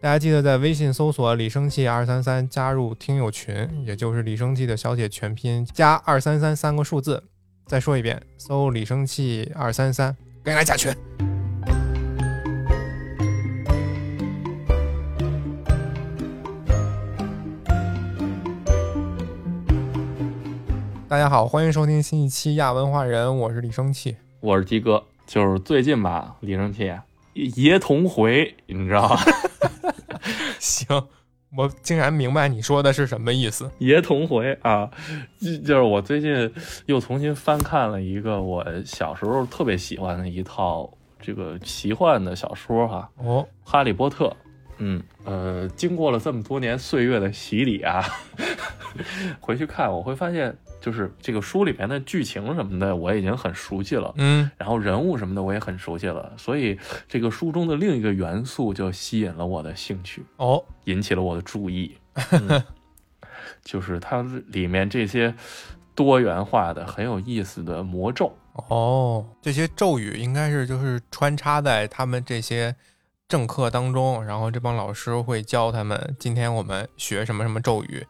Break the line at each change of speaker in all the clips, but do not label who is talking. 大家记得在微信搜索“李生气二三三”，加入听友群，也就是李生气的小写全拼加二三三三个数字。再说一遍，搜“李生气二三三”，赶紧来加群。大家好，欢迎收听新一期亚文化人，我是李生气。
我是鸡哥，就是最近吧，李正气爷童回，你知道吧？
行，我竟然明白你说的是什么意思。
爷童回啊，就就是我最近又重新翻看了一个我小时候特别喜欢的一套这个奇幻的小说哈、
哦，
哈利波特》。嗯，呃，经过了这么多年岁月的洗礼啊， 回去看我会发现，就是这个书里面的剧情什么的，我已经很熟悉了。
嗯，
然后人物什么的我也很熟悉了，所以这个书中的另一个元素就吸引了我的兴趣，
哦，
引起了我的注意。嗯、就是它里面这些多元化的、很有意思的魔咒，
哦，这些咒语应该是就是穿插在他们这些政课当中，然后这帮老师会教他们，今天我们学什么什么咒语。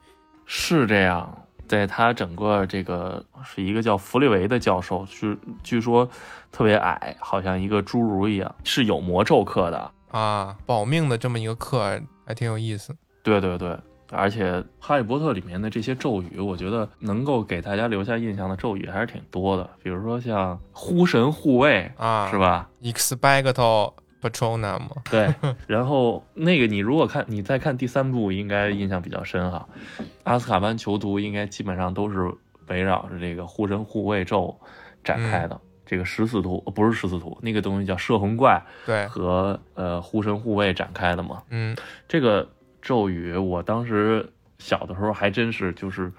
是这样。在他整个这个是一个叫弗利维的教授，据据说特别矮，好像一个侏儒一样，是有魔咒课的。
啊，保命的这么一个课还挺有意思。
对对对，而且《哈利波特》里面的这些咒语，我觉得能够给大家留下印象的咒语还是挺多的，比如说像呼神护卫，
啊，
是吧？
？Expecto Patronum
对。然后那个你如果看你再看第三部，应该印象比较深哈。阿斯卡班囚徒应该基本上都是围绕着这个护神护卫咒展开
嗯
的。这个十四图呃不是十四图，那个东西叫摄魂怪
对，
和呃护神护卫展开的嘛。
嗯，
这个咒语，我当时小的时候还真是就是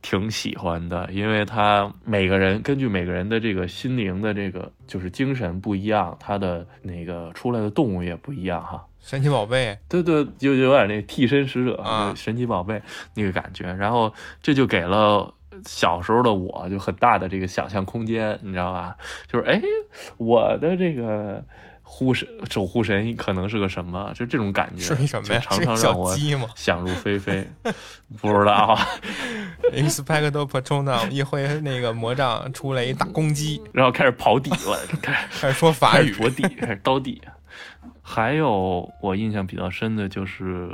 挺喜欢的，因为它每个人根据每个人的这个心灵的这个就是精神不一样，它的那个出来的动物也不一样哈。
神奇宝贝
对对，就有点那替身使者、
啊
神奇宝贝那个感觉，然后这就给了。小时候的我就很大的这个想象空间，你知道吧？就是哎，我的这个护神守护神可能是个什么，就这种感觉，
是一什么呀？
就常
是一
常让
小
我
鸡 吗
想入非非，不知道。啊
？Expecto Patronum 一挥那个魔杖出来一大公鸡，
然后开始刨底了，开始
开始说法
开始
语。
着底，开始刀底。还有我印象比较深的就是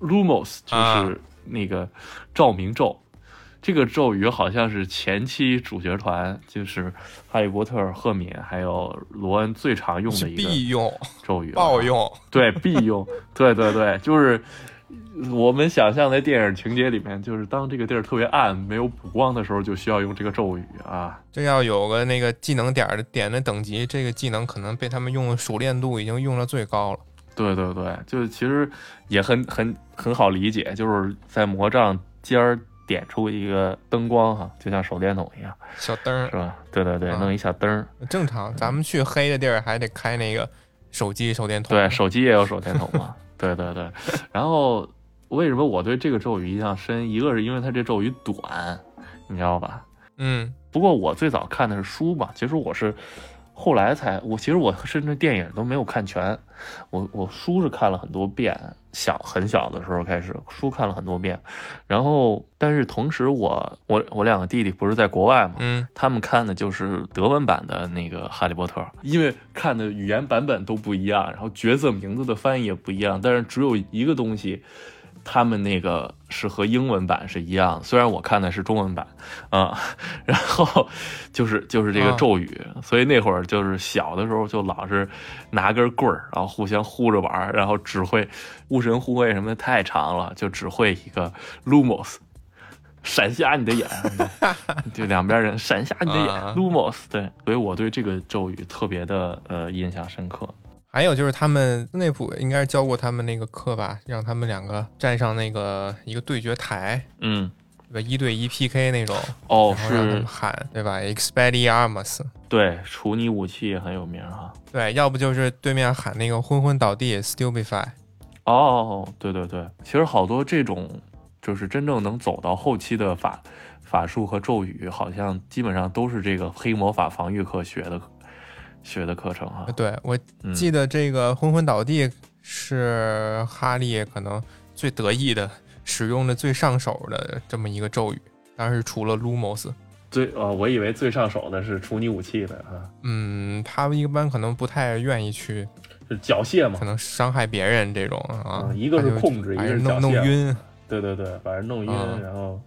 Lumos，就
啊
是那个照明咒。这个咒语好像是前期主角团，就是哈利波特、赫敏还有罗恩最常用
是
的一个
必用、
咒语，
报用，
对，必用，对对对，就是我们想象在电影情节里面，就是当这个地儿特别暗、没有补光的时候，就需要用这个咒语啊。
这要有个那个技能点儿的点的等级，这个技能可能被他们用的熟练度已经用到最高了。
对对对，就是其实也很很很好理解，就是在魔杖尖儿点出一个灯光哈，就像手电筒一样，
小灯儿
是吧？对对对，
啊
弄一小灯儿。
正常，咱们去黑的地儿还得开那个手机手电筒。
对，手机也有手电筒嘛。对对对，然后为什么我对这个咒语印象深？一个是因为它这咒语短，你知道吧？
嗯，
不过我最早看的是书嘛，其实我是后来才我其实我甚至电影都没有看全，我我书是看了很多遍，小很小的时候开始书看了很多遍，然后但是同时我我我两个弟弟不是在国外嘛。
嗯
他们看的就是德文版的那个《哈利波特》，因为看的语言版本都不一样，然后角色名字的翻译也不一样，但是只有一个东西，他们那个是和英文版是一样。虽然我看的是中文版，啊、然后就是就是这个
啊
咒语，所以那会儿就是小的时候就老是拿根棍儿，然后互相呼着玩儿，然后只会巫神护卫什么的太长了，就只会一个 Lumos。闪瞎你的 眼，就两边人闪瞎你的眼
啊
，Lumos。对，所以我对这个咒语特别的呃印象深刻。
还有就是他们内普应该是教过他们那个课吧，让他们两个站上那个一个对决台，
嗯，
对吧？一对一 PK 那种，
哦，
然后让他
是
们喊，对吧？Expelliarmus。
对，处女武器也很有名哈。
对，要不就是对面喊那个昏昏倒地 stupefy，
哦，对对对，其实好多这种就是真正能走到后期的法法术和咒语，好像基本上都是这个黑魔法防御课学的学的课程哈。
对我
嗯，
记得这个昏昏倒地是哈利可能最得意的、使用的最上手的这么一个咒语。当然是除了卢摩斯，
最啊、我以为最上手的是处女武器的啊，
嗯，他们一般可能不太愿意去，
是缴械嘛
可。能伤害别人这种啊。
嗯一个是
他就
控制
把
一个
人
是
弄
缴
弄
械
晕，
对对对，把人弄晕，
嗯
然后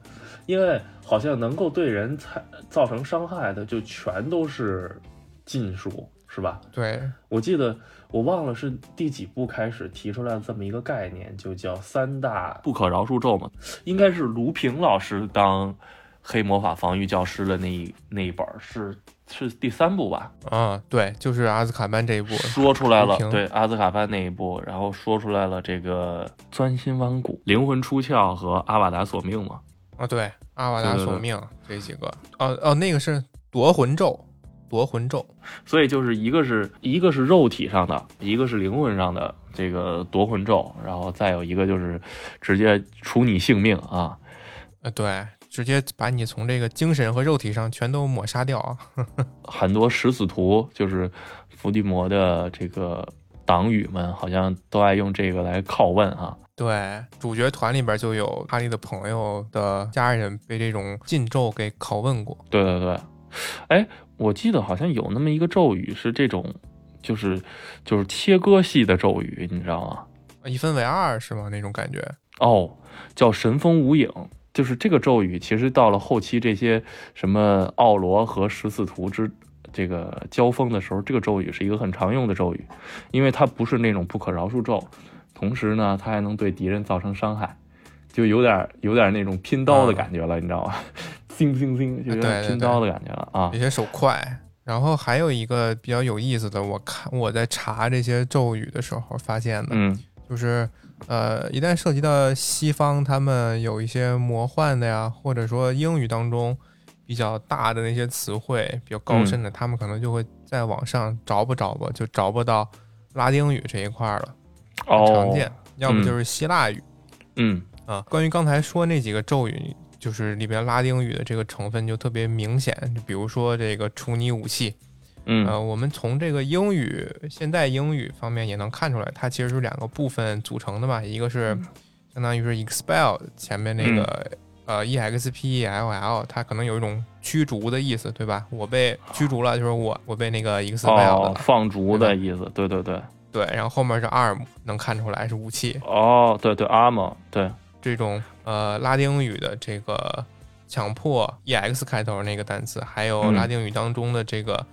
因为好像能够对人才造成伤害的，就全都是禁术，是吧？
对，
我记得我忘了是第几部开始提出来这么一个概念，就叫三大不可饶恕咒嘛，应该是卢平老师当黑魔法防御教师的那一那一本儿是是第三部吧？
啊，对，就是阿兹卡班这一部，
说出来了
卢，平
对阿兹卡班那一部，然后说出来了这个钻心弯骨、灵魂出窍和阿瓦达索命嘛。
啊，对，阿瓦达
对对
索
对
命这几个，哦哦，那个是夺魂咒，夺魂咒，
所以就是一个是一个是肉体上的，一个是灵魂上的这个夺魂咒，然后再有一个就是直接除你性命啊。
呃，对，直接把你从这个精神和肉体上全都抹杀掉啊，
很多食死徒就是伏地魔的这个党羽们，好像都爱用这个来拷问啊。
对，主角团里边就有哈利的朋友的家人被这种禁咒给拷问过，
对对对，哎，我记得好像有那么一个咒语是这种，就是就是切割系的咒语，你知道吗？
一分为二是吗？那种感觉，
哦，叫神风无影。就是这个咒语，其实到了后期这些什么奥罗和十四图之这个交锋的时候，这个咒语是一个很常用的咒语，因为它不是那种不可饶恕咒，同时呢，它还能对敌人造成伤害，就有点有点那种拼刀的感觉了，你知道吗？
啊
叮叮叮，就有
啊对
点
对
拼刀的感觉了啊
有！些手快。然后还有一个比较有意思的，我看我在查这些咒语的时候发现的，
嗯
就是呃，一旦涉及到西方，他们有一些魔幻的呀，或者说英语当中比较大的那些词汇，比较高深的，他们可能就会在网上找吧找吧，就找不到拉丁语这一块儿了，很嗯常
哦，
见。要不就是希腊语、
嗯，
啊。关于刚才说那几个咒语，就是里边拉丁语的这个成分就特别明显，就比如说这个除你武器，
嗯
呃，我们从这个英语现代英语方面也能看出来，它其实是两个部分组成的嘛，一个是
嗯
相当于是 expel 前面那个、呃 expel，它可能有一种驱逐的意思，对吧？我被驱逐了，就是我我被那个 expel 了，
哦，放逐的意思，对对对，
对，然后后面是 arm，能看出来是武器，
哦，对对，armor，对，
这种呃拉丁语的这个强迫 ex 开头那个单词，还有
嗯
拉丁语当中的这个、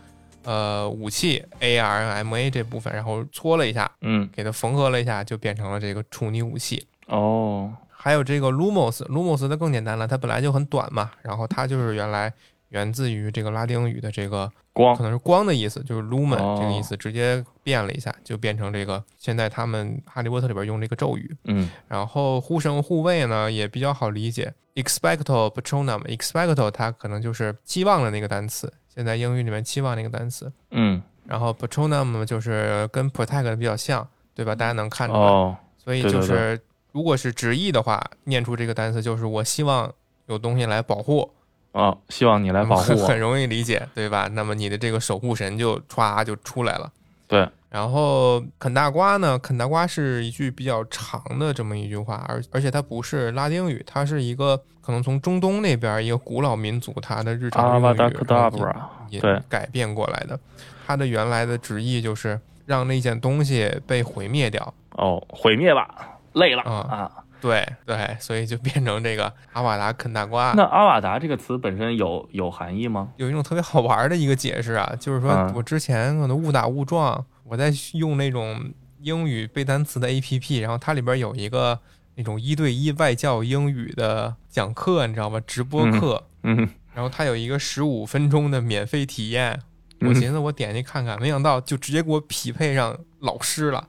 呃武器 a r m a 这部分，然后搓了一下，
嗯，
给它缝合了一下，就变成了这个处女武器。
哦，
还有这个 lumos，lumos 它更简单了，它本来就很短嘛，然后它就是原来源自于这个拉丁语的这个
光
可能是光的意思，就是 lumen
哦
这个意思，直接变了一下，就变成这个现在他们哈利波特里边用这个咒语。
嗯
然后护神护卫呢也比较好理解，expecto patronum，expecto 它可能就是期望的那个单词，现在英语里面期望那个单词。
嗯，
然后 patronum 就是跟 protect 比较像，对吧？大家能看出来。
哦，
所以
对
就
对
是如果是直译的话，念出这个单词就是我希望有东西来保护，
哦，希望你来
那
保
么
护我
很。容易理解，对吧？那么你的这个守护神就歘就出来了。
对，
然后啃大瓜呢？啃大瓜是一句比较长的这么一句话，而而且它不是拉丁语，它是一个可能从中东那边一个古老民族它的日常
阿
用
瓦
语
达克达
然
布
后
拉，
也
对
改变过来的。它的原来的直译就是让那件东西被毁灭掉，
哦，毁灭吧，累了
啊
啊。
对对，所以就变成这个阿瓦达啃大瓜。
那阿瓦达这个词本身有有含义吗？
有一种特别好玩的一个解释啊， 就是说
啊
我之前可能误打误撞，我在用那种英语背单词的 APP，然后它里边有一个那种一对一外教英语的讲课，你知道吗？直播课，
嗯，
然后它有一个十五分钟的免费体验。我
嗯
寻思我点进去看看，没想到就直接给我匹配上老师了，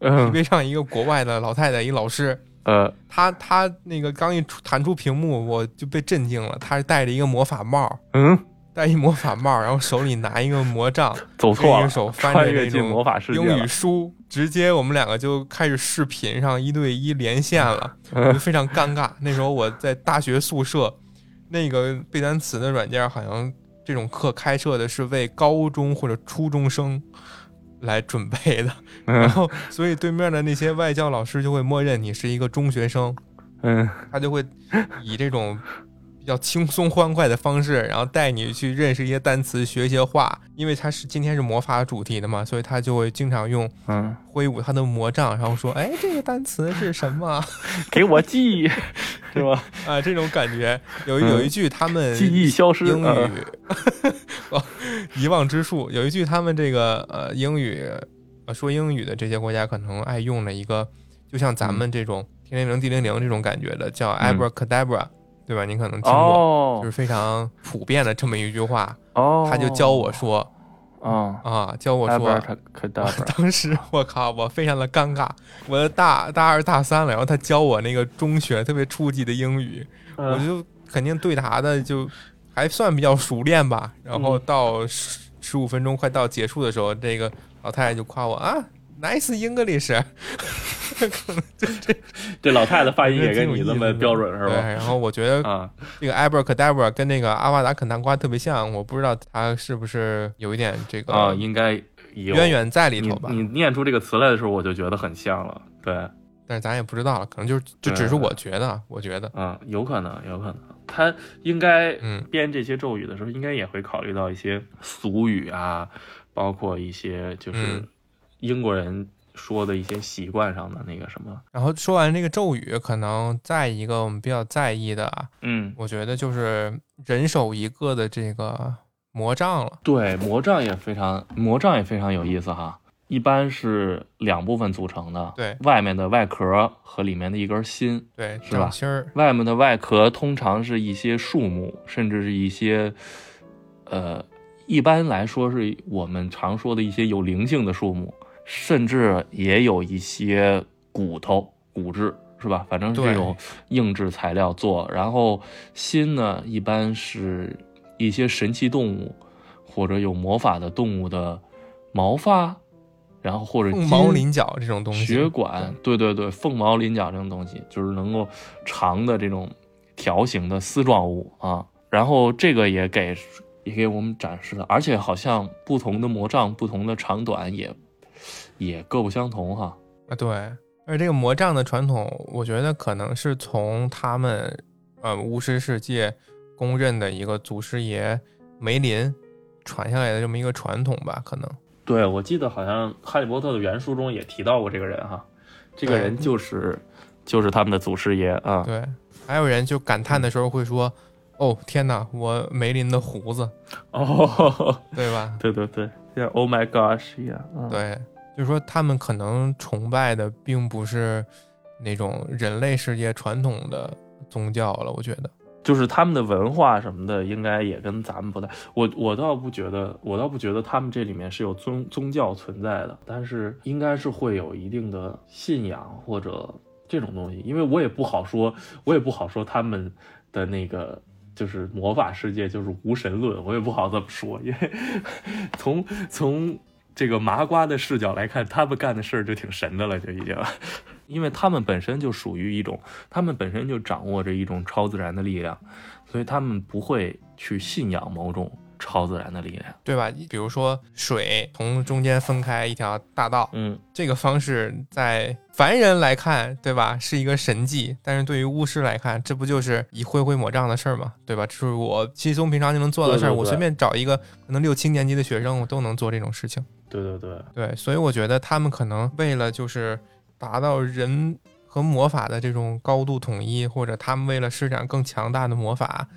匹
嗯
配上一个国外的老太太，一老师。
呃，
他他那个刚一出弹出屏幕，我就被震惊了。他是戴着一个魔法帽，
嗯，
戴一魔法帽，然后手里拿一个魔杖，
走
另
错
一
了
个，手翻着
穿越
那
进魔
种
法 世界
英语
了。
书，直接我们两个就开始视频上一对一连线 了，
嗯
我就非常尴尬。那时候我在大学宿舍，那个背单词的软件好像这种课开设的是为高中或者初中生。来准备的，然
嗯
后所以对面的那些外教老师就会默认你是一个中学生，
嗯
他就会以这种比较轻松欢快的方式，然后带你去认识一些单词，学一些话。因为他是今天是魔法主题的嘛，所以他就会经常用
嗯，
挥舞他的魔杖，然后说：“哎，这个单词是什么啊
给我记忆， 是吧？？”
啊，这种感觉有一有一句他们
记忆消失，
呃英
嗯
语、哦，遗忘之术有一句他们这个呃英语呃说英语的这些国家可能爱用的一个，就像咱们这种天灵灵地灵灵这种感觉的，叫
嗯
abracadabra，、对吧？你可能听过，就
哦
是非常普遍的这么一句话，
哦，
他就教我说
啊，
啊，教我
阿
说。
巴尔塔克达巴尔
当时我靠，我非常的尴尬，我的大大二大三了，然后他教我那个中学特别初级的英语， 我
嗯
就肯定对答的就还算比较熟练吧。然后
嗯
到十十五分钟快到结束的时候，这个老太太就夸我啊，nice English，
这老太太发音也
挺
跟
有
你
意
那
思
么
的
标准是
对。
吧？
然后我觉得
啊，
这个 abracadabra 跟那个阿瓦达啃南瓜特别像，我不知道它是不是有一点这
啊，
个
应该有嗯
渊源在里
你
头吧，
你念出这个词来的时候，我就觉得很像了。对，
但是咱也不知道了，可能就是就只是
对
我觉得啊，我觉得，
嗯，有可能，有可能，他应该
嗯
编这些咒语的时候，应该也会考虑到一些俗语啊，包括一些就是
嗯
英国人说的一些习惯上的那个什么。
然后说完这个咒语，可能再一个我们比较在意的啊，
嗯，
我觉得就是人手一个的这个魔杖了。
对，魔杖也非常，魔杖也非常有意思哈。一般是两部分组成的，
对
外面的外壳和里面的一根芯。
对，
是吧
掌心儿，
外面的外壳通常是一些树木，甚至是一些，呃，一般来说是我们常说的一些有灵性的树木，甚至也有一些骨头、骨质，是吧？反正是这
对
种硬质材料做。然后心呢，一般是一些神奇动物或者有魔法的动物的毛发，然后或者
凤毛
筋
麟角这种东西，
血管，对对对，凤毛麟角这种东西，就是能够长的这种条形的丝状物啊。然后这个也给也给我们展示了，而且好像不同的魔杖、不同的长短也也各不相同哈。
啊，对。而这个魔杖的传统，我觉得可能是从他们呃巫师世界公认的一个祖师爷梅林传下来的这么一个传统吧，可能。
对，我记得好像《哈利波特》的原书中也提到过这个人哈，这
个人
就是就是他们的祖师爷啊。嗯
对，还有人就感叹的时候会说：“哦，天哪，我梅林的胡子，
哦，
对吧？”
对对对，像 Oh my gosh 一样。嗯，
对，就是说他们可能崇拜的并不是那种人类世界传统的宗教了，我觉得。
就是他们的文化什么的，应该也跟咱们不太。我我倒不觉得，我倒不觉得他们这里面是有宗宗教存在的，但是应该是会有一定的信仰或者这种东西，因为我也不好说，我也不好说他们的那个。就是魔法世界就是无神论，我也不好这么说，因为从 从这个麻瓜的视角来看，他们干的事儿就挺神的了，就已经， 因为他们本身就属于一种，他们本身就掌握着一种超自然的力量，所以他们不会去信仰某种超自然的力量。
对吧？比如说水从中间分开一条大道，
嗯，
这个方式在凡人来看，对吧，是一个神迹，但是对于巫师来看，这不就是一挥挥魔杖的事儿吗？对吧？这是我稀松平常就能做的事儿，
对对
我
对
随便找一个可能六七年级的学生，我都能做这种事情。
对对对，
对，所以我觉得他们可能为了就是达到人和魔法的这种高度统一，或者他们为了施展更强大的魔法，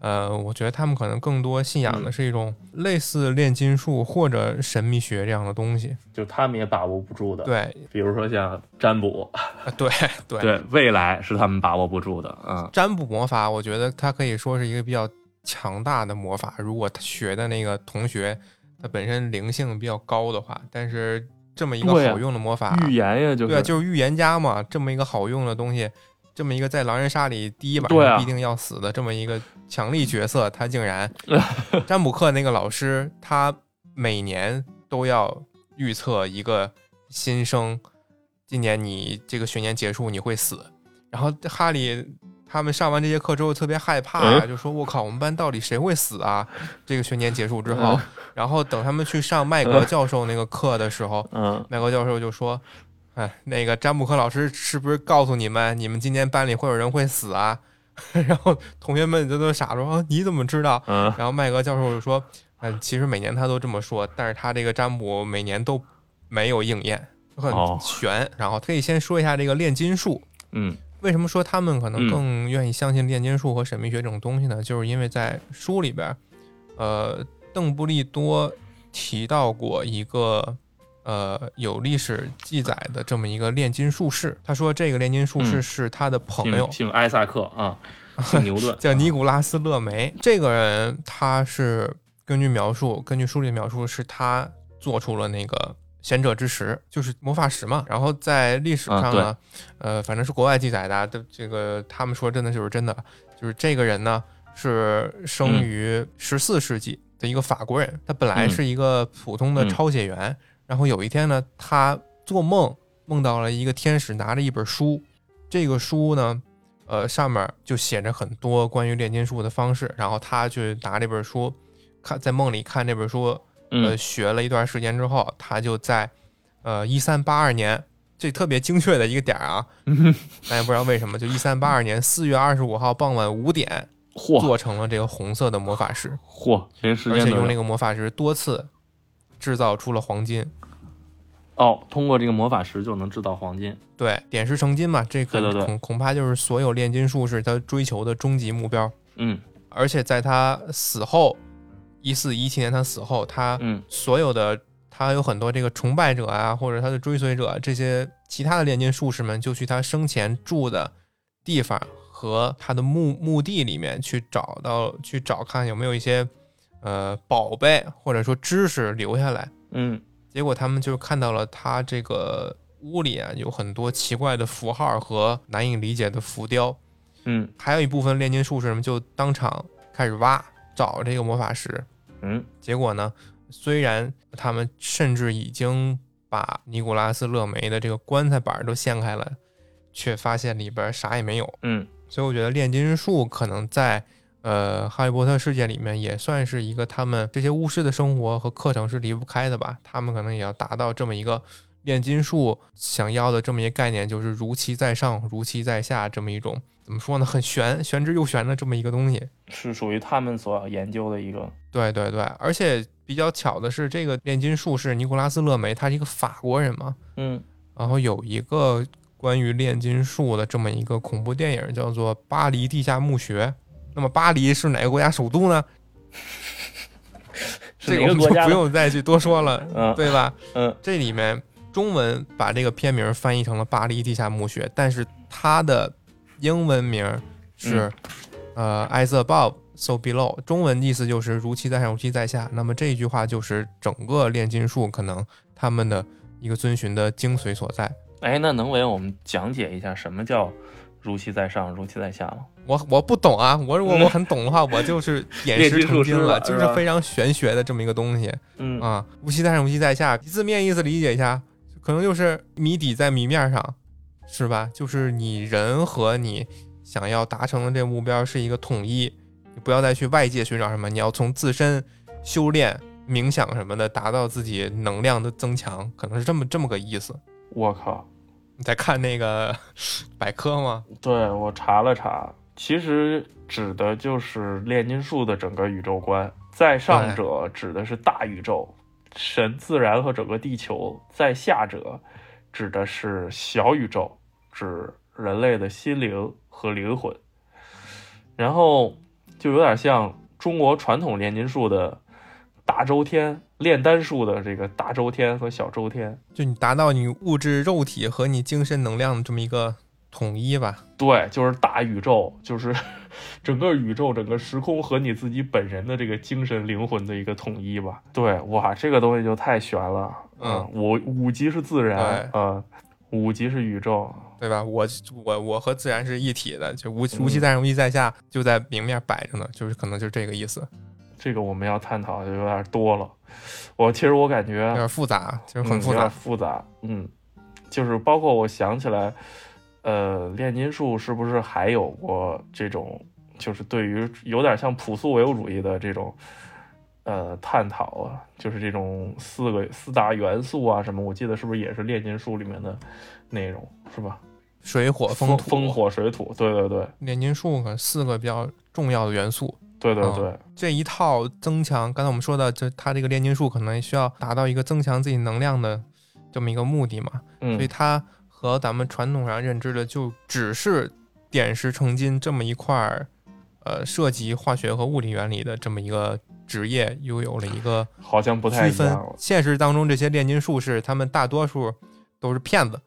呃，我觉得他们可能更多信仰的
嗯
是一种类似炼金术或者神秘学这样的东西。
就他们也把握不住的。，
对，
比如说像占卜，
呃对，对。
对未来是他们把握不住的。嗯，
占卜魔法，我觉得它可以说是一个比较强大的魔法。如果他学的那个同学他本身灵性比较高的话，但是这么一个
对啊
好用的魔法，
预言呀，就是
对啊，就是预言家嘛，这么一个好用的东西，这么一个在狼人杀里第一晚
对啊
上必定要死的这么一个强力角色，他竟 然占卜课那个老师，他每年都要预测一个新生，今年你这个学年结束你会死，然后哈利他们上完这节课之后特别害怕呀、
哎
就说：“我靠，我们班到底谁会死啊？”这个学年结束之
嗯
后，然后等他们去上麦格教授那个课的时候，
嗯
麦格教授就说：“哎，那个詹姆克老师是不是告诉你们，你们今年班里会有人会死啊？” 然后同学们就都傻了，说：“啊，你怎么知道？”
嗯
然后麦格教授就说：“嗯，其实每年他都这么说，但是他这个占卜每年都没有应验，很
哦
悬。然后可以先说一下这个炼金术，
嗯
为什么说他们可能
嗯
更愿意相信炼金术和神秘学这种东西呢？就是因为在书里边，呃，邓布利多提到过一个呃有历史记载的这么一个炼金术士，他说这个炼金术士
嗯
是他的朋友，
姓，姓艾萨克啊，姓牛顿
叫尼古拉斯·勒梅。这个人他是根据描述，根据书里描述，是他做出了那个贤者之石，就是魔法石嘛。然后在历史上
啊
呢，
对
呃，反正是国外记载的啊，这这个他们说真的就是真的，就是这个人呢是生
嗯
于十四世纪的一个法国人，他本来
嗯
是一个普通的
嗯
抄写员，然后有一天呢，他做梦梦到了一个天使拿着一本书，这个书呢，呃，上面就写着很多关于炼金术的方式，然后他去拿这本书，看在梦里看这本书，呃，
嗯
学了一段时间之后，他就在呃一三八二年，这特别精确的一个点儿 啊，咱也不知道为什么，就一三八二年四月二十五号傍晚五点
嚯
做成了这个红色的魔法石，
嚯，连时
而
间
且
都
用
有
这个魔法石多次制造出了黄金。
哦，通过这个魔法石就能制造黄金。
对，点石成金嘛，这可
对对对
恐恐怕就是所有炼金术士他追求的终极目标。
嗯
而且在他死后，一四一七年他死后，他
嗯
所有的他有很多这个崇拜者啊，或者他的追随者，这些其他的炼金术士们就去他生前住的地方和他的墓墓地里面去找到去找看有没有一些呃宝贝或者说知识留下来。
嗯，
结果他们就看到了他这个屋里啊有很多奇怪的符号和难以理解的浮雕，
嗯
还有一部分炼金术士们就当场开始挖找这个魔法石。
嗯
结果呢，虽然他们甚至已经把尼古拉斯·勒梅的这个棺材板儿都掀开了，却发现里边儿啥也没有。
嗯
所以我觉得炼金术可能在呃《哈利波特》世界里面也算是一个他们这些巫师的生活和课程是离不开的吧。他们可能也要达到这么一个炼金术想要的这么一个概念，就是如其在上，如其在下这么一种怎么说呢，很玄玄之又玄的这么一个东西。
是属于他们所要研究的一个。
对对对，而且比较巧的是，这个炼金术士尼古拉斯·勒梅，他是一个法国人嘛，
嗯
然后有一个关于炼金术的这么一个恐怖电影，叫做《巴黎地下墓学》。那么巴黎是哪个国家首都呢？这
是哪
个我们
国
就
家
不
的？
用再去多说了，
嗯
对吧？
嗯
这里面中文把这个片名翻译成了《巴黎地下墓学》，但是它的英文名
嗯
是、呃 As above, so below，中文意思就是如其在上，如其在下。那么这一句话就是整个炼金术可能他们的一个遵循的精髓所在。
哎，那能为我们讲解一下什么叫如其在上，如其在下吗？
我我不懂啊，我如果
嗯
我很懂的话，我 就是点石成金了，
炼金术师了
就是
吧
非常玄学的这么一个东西
嗯
啊。无其在上，无其在下，字面意思理解一下，可能就是谜底在谜面上，是吧？就是你人和你想要达成的这目标是一个统一，你不要再去外界寻找什么，你要从自身修炼、冥想什么的，达到自己能量的增强，可能是这么这么个意思。
我靠，
你在看那个 百科吗？
对我查了查，其实指的就是炼金术的整个宇宙观。在上者指的是大宇宙、神、自然和整个地球；在下者指的是小宇宙，指人类的心灵和灵魂。然后就有点像中国传统炼金术的大周天、炼丹术的这个大周天和小周天。
就你达到你物质肉体和你精神能量的这么一个统一吧。
对，就是大宇宙，就是 整个宇宙、整个时空和你自己本人的这个精神灵魂的一个统一吧。对，哇，这个东西就太悬了。
嗯，
我五级是自然，啊、五级是宇宙。
对吧？我我我和自然是一体的，就无
嗯
无其在上，无其在下，就在明面摆着呢，就是可能就是这个意思，
这个我们要探讨就有点多了。我其实我感觉
有点复杂，其实很
嗯
复
有点
杂。
复杂。嗯，就是包括我想起来，呃，炼金术是不是还有过这种，就是对于有点像朴素唯物主义的这种，呃，探讨啊，就是这种四个四大元素啊什么，我记得是不是也是炼金术里面的内容，是吧？
水火风土，
风火水土，对对对
炼金术可能四个比较重要的元素，
对对
嗯
对，
这一套增强，刚才我们说的，就它这个炼金术可能需要达到一个增强自己能量的这么一个目的嘛，
嗯
所以它和咱们传统上认知的就只是点石成金这么一块儿，呃，涉及化学和物理原理的这么一个职业，又有了一个
好像不太
区
一
分
样了。。
现实当中，这些炼金术士他们大多数都是骗子。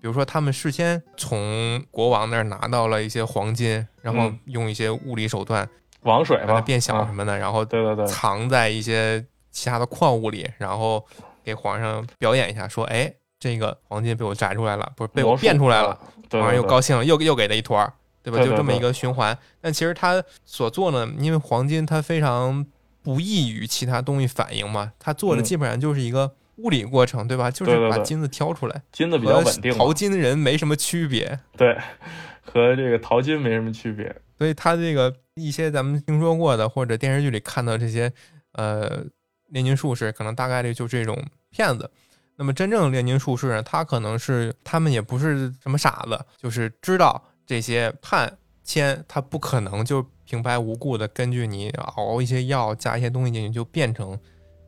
比如说，他们事先从国王那儿拿到了一些黄金，然后
嗯
用一些物理手段
王水
把
吧，
它变小什
啊
么的，然后
对对对，
藏在一些其他的矿物里，然后给皇上表演一下，说：“哎，这个黄金被我摘出来了，不是被我
魔术啊
变出来了。”，
对
皇
对
上又
对
高兴了，又又给他一坨儿，对吧？
对
就
对
这么一
对
个循环。但其实他所做呢，因为黄金它非常不易与其他东西反应嘛，他做的
嗯
基本上就是一个物理过程，对吧？就
对
是
对
把
对
金子挑出来，
金的比较
和
稳定嘛，
淘金人没什么区别。
对，和这个淘金没什么区别。
所以他这个一些咱们听说过的或者电视剧里看到这些，呃，炼金术士可能大概率就是这种骗子。那么真正的炼金术士呢，他可能是他们也不是什么傻子，就是知道这些判签，他不可能就平白无故的根据你熬一些药加一些东西进去就变成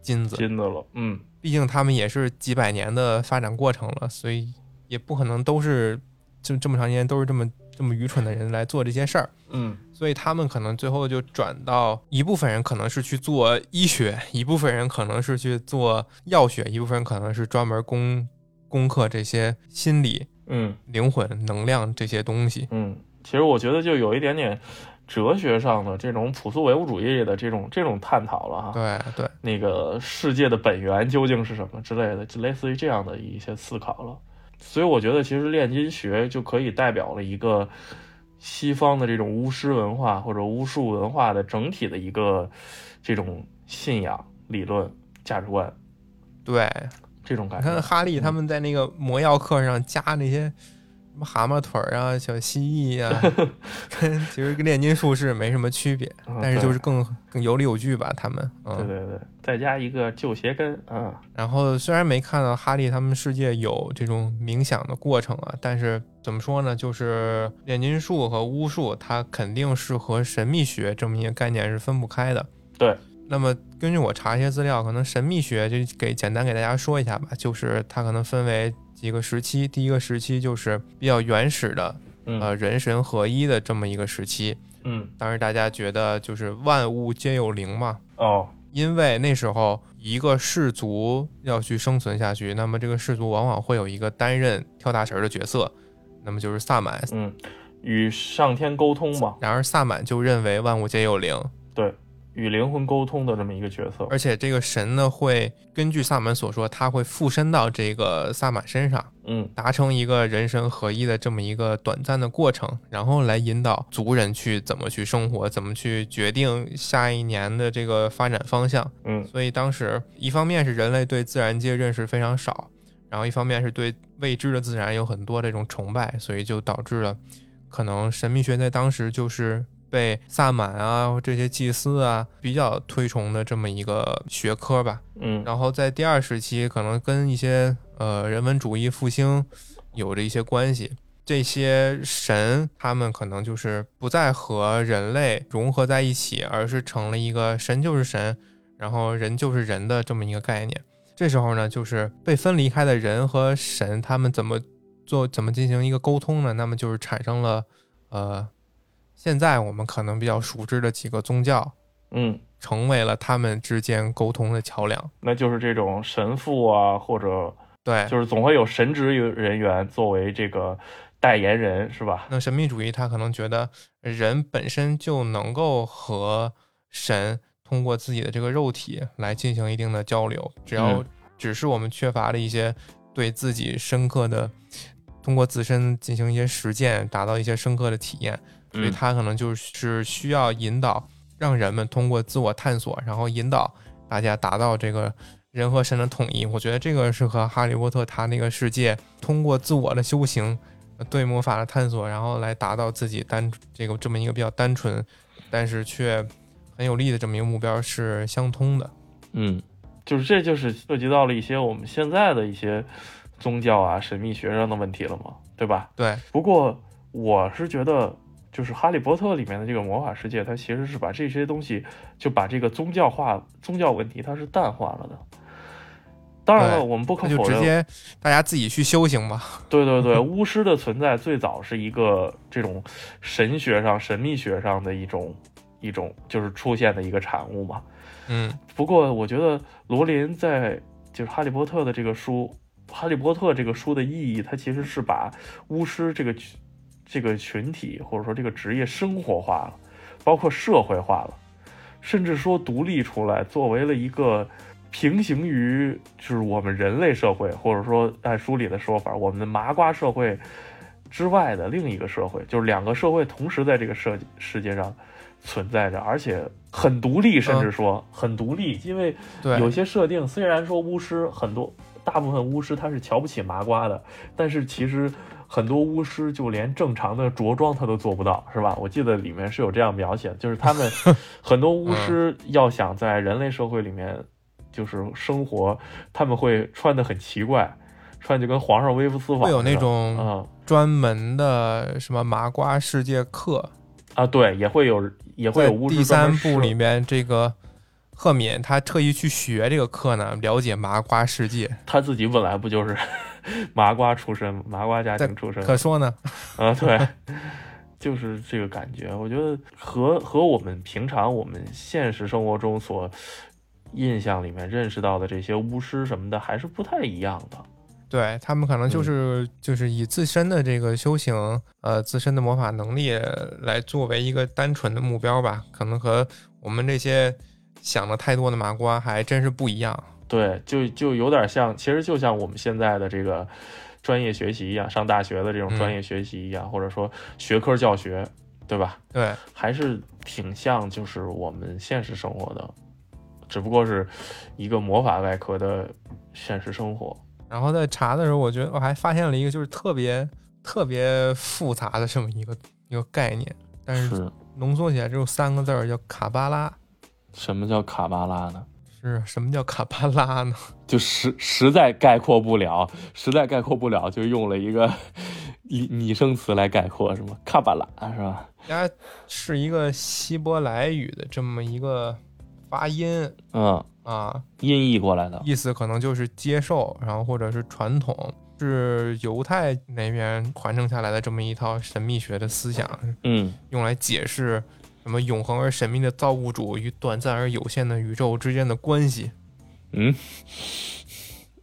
金子。
金的了，嗯，
毕竟他们也是几百年的发展过程了，所以也不可能都是这这么长时间都是这么这么愚蠢的人来做这些事儿。
嗯，
所以他们可能最后就转到一部分人可能是去做医学，一部分人可能是去做药学，一部分人可能是专门攻攻克这些心理、
嗯
灵魂、能量这些东西。
嗯，其实我觉得就有一点点哲学上的这种朴素唯物主义的这种这种探讨了哈。
对对，
那个世界的本源究竟是什么之类的，就类似于这样的一些思考了。所以我觉得，其实炼金学就可以代表了一个西方的这种巫师文化或者巫术文化的整体的一个这种信仰、理论、价值观
对，
这种感
你看
觉。
哈利他们在那个魔药课上加那些什么蛤蟆腿儿啊、小蜥蜴 啊，跟其实跟炼金术士没什么区别，
嗯
但是
对
就是更更有理有据吧，他们。嗯、
对对对，再加一个旧鞋跟啊，
然后虽然没看到哈利他们世界有这种冥想的过程啊，但是怎么说呢，就是炼金术和巫术，它肯定是和神秘学这么一个概念是分不开的。
对。
那么根据我查一些资料，可能神秘学就给简单给大家说一下吧，就是它可能分为几个时期。第一个时期就是比较原始的，
嗯、
呃，人神合一的这么一个时期。
嗯
当时大家觉得就是万物皆有灵嘛，
哦
因为那时候一个氏族要去生存下去，那么这个氏族往往会有一个担任跳大神儿的角色，那么就是萨满。
嗯，与上天沟通嘛，
然而萨满就认为万物皆有灵，
与灵魂沟通的这么一个角色。
而且这个神呢会根据萨满所说，他会附身到这个萨满身上，
嗯
达成一个人神合一的这么一个短暂的过程，然后来引导族人去怎么去生活，怎么去决定下一年的这个发展方向。
嗯
所以当时一方面是人类对自然界认识非常少，然后一方面是对未知的自然有很多这种崇拜，所以就导致了可能神秘学在当时就是被萨满啊这些祭司啊比较推崇的这么一个学科吧。
嗯
然后在第二时期，可能跟一些呃人文主义复兴有着一些关系。这些神他们可能就是不再和人类融合在一起，而是成了一个神就是神，然后人就是人的这么一个概念。这时候呢，就是被分离开的人和神，他们怎么做，怎么进行一个沟通呢？那么就是产生了，呃，现在我们可能比较熟知的几个宗教，
嗯，
成为了他们之间沟通的桥梁。
那就是这种神父啊，或者
对，
就是总会有神职人员作为这个代言人，是吧？
那神秘主义他可能觉得人本身就能够和神通过自己的这个肉体来进行一定的交流，只要
嗯
只是我们缺乏了一些对自己深刻的，通过自身进行一些实践，达到一些深刻的体验，所以
嗯
他可能就是需要引导，让人们通过自我探索，然后引导大家达到这个人和神的统一。我觉得这个是和哈利波特他那个世界通过自我的修行呃对魔法的探索，然后来达到自己单这个这么一个比较单纯，但是却很有力的这么一个目标是相通的。
嗯
就是这就是涉及到了一些我们现在的一些宗教啊、神秘学上的问题了嘛，对吧？
对，
不过我是觉得，就是《哈利波特》里面的这个魔法世界，它其实是把这些东西就把这个宗教化、宗教问题它是淡化了的。当然了，
对
我们不可
那就
否
直
认，
接大家自己去修行吧。
对 对对，巫师的存在最早是一个这种神学上、神秘学上的一种一种就是出现的一个产物嘛。
嗯，
不过我觉得罗琳在就是《哈利波特》的这个书，《哈利波特》这个书的意义，它其实是把巫师这个群这个群体或者说这个职业生活化了，包括社会化了，甚至说独立出来，作为了一个平行于就是我们人类社会，或者说按书里的说法，我们的麻瓜社会之外的另一个社会，就是两个社会同时在这个世世界上存在着，而且很独立，甚至说、很独立，因为
对，
有些设定虽然说巫师很多，大部分巫师他是瞧不起麻瓜的，但是其实很多巫师就连正常的着装他都做不到，是吧？我记得里面是有这样描写的，就是他们很多巫师要想在人类社会里面就是生活，他们会穿的很奇怪，穿就跟皇上微服私访似的，
会有那种
嗯
专门的什么麻瓜世界课，
啊，对，也会有也会
在
有巫师
第
专
三
门
部
设
里面，这个赫敏他特意去学这个课呢，了解麻瓜世界。
他自己本来不就是 麻瓜出身，麻瓜家
在
庭出身，
可说呢，
啊，对， 就是这个感觉。我觉得和和我们平常我们现实生活中所印象里面认识到的这些巫师什么的，还是不太一样的。
对他们可能
嗯
就是、就是以自身的这个修行，呃，自身的魔法能力来作为一个单纯的目标吧，可能和我们这些想的太多的麻瓜还真是不一样。
对，就就有点像，其实就像我们现在的这个专业学习一样，上大学的这种专
嗯
业学习一样，或者说学科教学，对吧？
对，
还是挺像就是我们现实生活的，只不过是一个魔法外壳的现实生活。
然后在查的时候，我觉得我还发现了一个就是特别特别复杂的这么一个一个概念，但是
是
浓缩起来只有三个字儿，叫卡巴拉。
什么叫卡巴拉呢？
是什么叫卡巴拉呢？
就实实在概括不了，实在概括不了，就用了一个 拟拟声词来概括，什么卡巴拉是吧？
它是一个希伯来语的这么一个发音
嗯，
啊，
音译过来的。
意思可能就是接受，然后或者是传统，是犹太那边传承下来的这么一套神秘学的思想，
嗯
用来解释什么永恒而神秘的造物主与短暂而有限的宇宙之间的关系。
嗯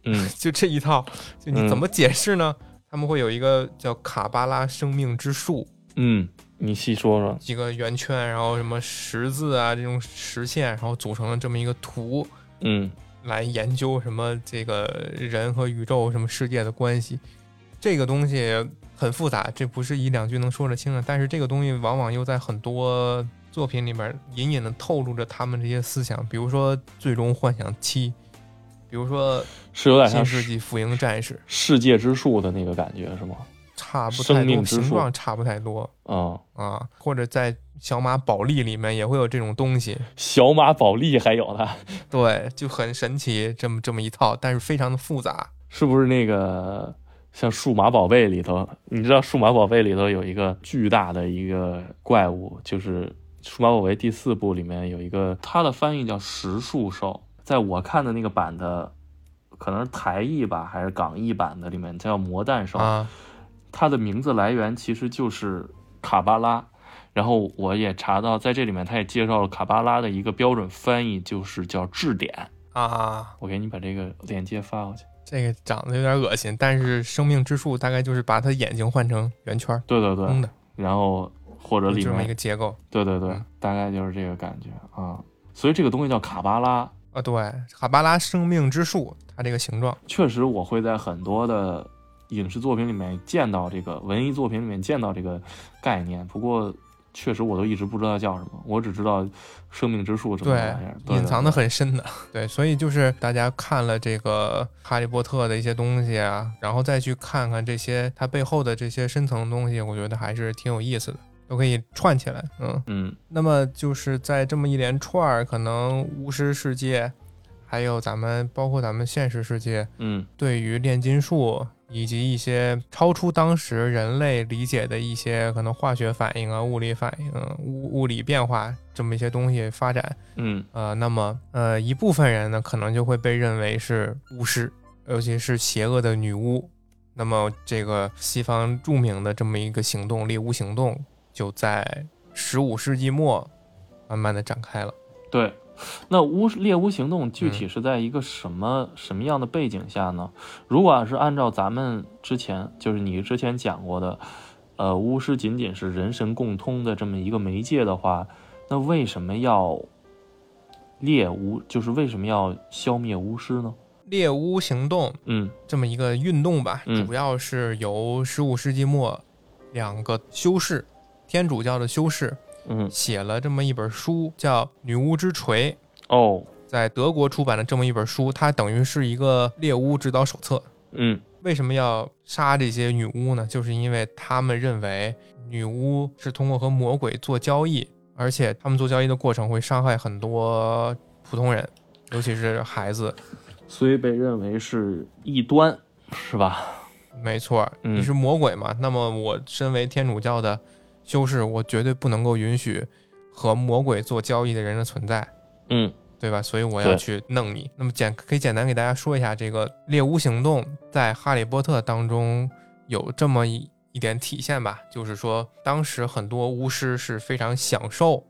嗯，
就这一套，就你怎么解释呢？他们会有一个叫卡巴拉生命之树，
嗯，你细说说。
几个圆圈，然后什么十字啊这种实线，然后组成了这么一个图，
嗯
来研究什么这个人和宇宙什么世界的关系。这个东西很复杂，这不是一两句能说得清的。但是这个东西往往又在很多作品里面隐隐的透露着他们这些思想，比如说《最终幻想七》，比如说
是有
《
点像
新世
世
纪福音战士》。
世界之树的那个感觉是吗？
差不太
生
多，
命之树
形状差不太多
嗯，
啊，或者在小马宝莉里面也会有这种东西，
小马宝莉还有呢，
对，就很神奇，这么这么一套，但是非常的复杂。
是不是那个像数码宝贝里头？你知道数码宝贝里头有一个巨大的一个怪物，就是数码宝贝第四部里面有一个，它的翻译叫石树兽，在我看的那个版的，可能是台译吧，还是港译版的里面它叫魔弹兽。
啊，
它的名字来源其实就是卡巴拉。然后我也查到，在这里面他也介绍了卡巴拉的一个标准翻译，就是叫质点。
啊，
我给你把这个链接发过去。
这个长得有点恶心，但是生命之树大概就是把它眼睛换成圆圈儿，
对对对，
嗯的，
然后或者
就
里
这么一
面
个结构
对对对
嗯，
大概就是这个感觉啊。所以这个东西叫卡巴拉，
啊。对，卡巴拉生命之树，它这个形状，
确实我会在很多的影视作品里面见到这个文艺作品里面见到这个概念，不过
确实我都一直不知道叫什么，我只知道生命之树这么
对
玩意儿，对
隐藏的
对
很深的。 对，所以就是大家看了这个《哈利波特》的一些东西啊，然后再去看看这些它背后的这些深层的东西，我觉得还是挺有意思的，都可以串起来。嗯，
嗯
那么就是在这么一连串儿，可能巫师世界，还有咱们包括咱们现实世界，
嗯
对于炼金术以及一些超出当时人类理解的一些可能化学反应啊、物理反应、物物理变化这么一些东西发展，
嗯
呃，那么呃一部分人呢，可能就会被认为是巫师，尤其是邪恶的女巫。那么这个西方著名的这么一个行动——猎巫行动，就在十五世纪末慢慢的展开了。
对。那巫猎巫行动具体是在一个什么、什么样的背景下呢？如果要是按照咱们之前就是你之前讲过的，呃，巫师仅仅是人神共通的这么一个媒介的话，那为什么要猎巫？就是为什么要消灭巫师呢？
猎巫行动
嗯
这么一个运动吧，
嗯
主要是由十五世纪末两个修士，天主教的修士
嗯
写了这么一本书，叫《女巫之锤》，
哦
在德国出版的这么一本书，它等于是一个猎巫指导手册。
嗯
为什么要杀这些女巫呢？就是因为他们认为女巫是通过和魔鬼做交易，而且他们做交易的过程会伤害很多普通人，尤其是孩子。
所以被认为是异端，是吧？
没错，
嗯
你是魔鬼嘛？那么我身为天主教的修士，我绝对不能够允许和魔鬼做交易的人的存在，
嗯
对吧？所以我要
对
去弄你。那么简可以简单给大家说一下，这个猎巫行动在《哈利波特》当中有这么一一点体现吧，就是说当时很多巫师是非常享受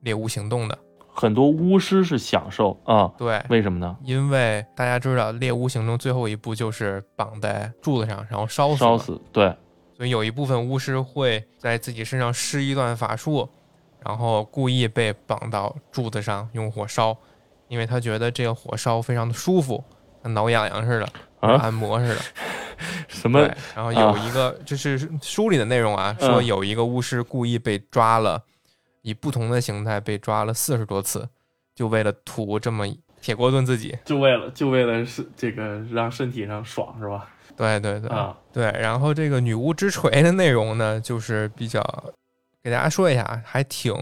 猎巫行动的，
很多巫师是享受啊，
对。
为什么呢？
因为大家知道，猎巫行动最后一步就是绑在柱子上，然后烧死嘛。
烧死，对，
所以有一部分巫师会在自己身上施一段法术，然后故意被绑到柱子上用火烧，因为他觉得这个火烧非常的舒服，跟挠痒痒似的，
啊
按摩似的。
什
对
么？，啊
然后有一个、就是书里的内容啊，说
嗯
有一个巫师故意被抓了，以不同的形态被抓了四十多次，就为了图这么铁锅炖自己。
就为了就为了是这个让身体上爽是吧？
对对对，
啊，
对，然后这个女巫之锤的内容呢，就是比较给大家说一下，啊还挺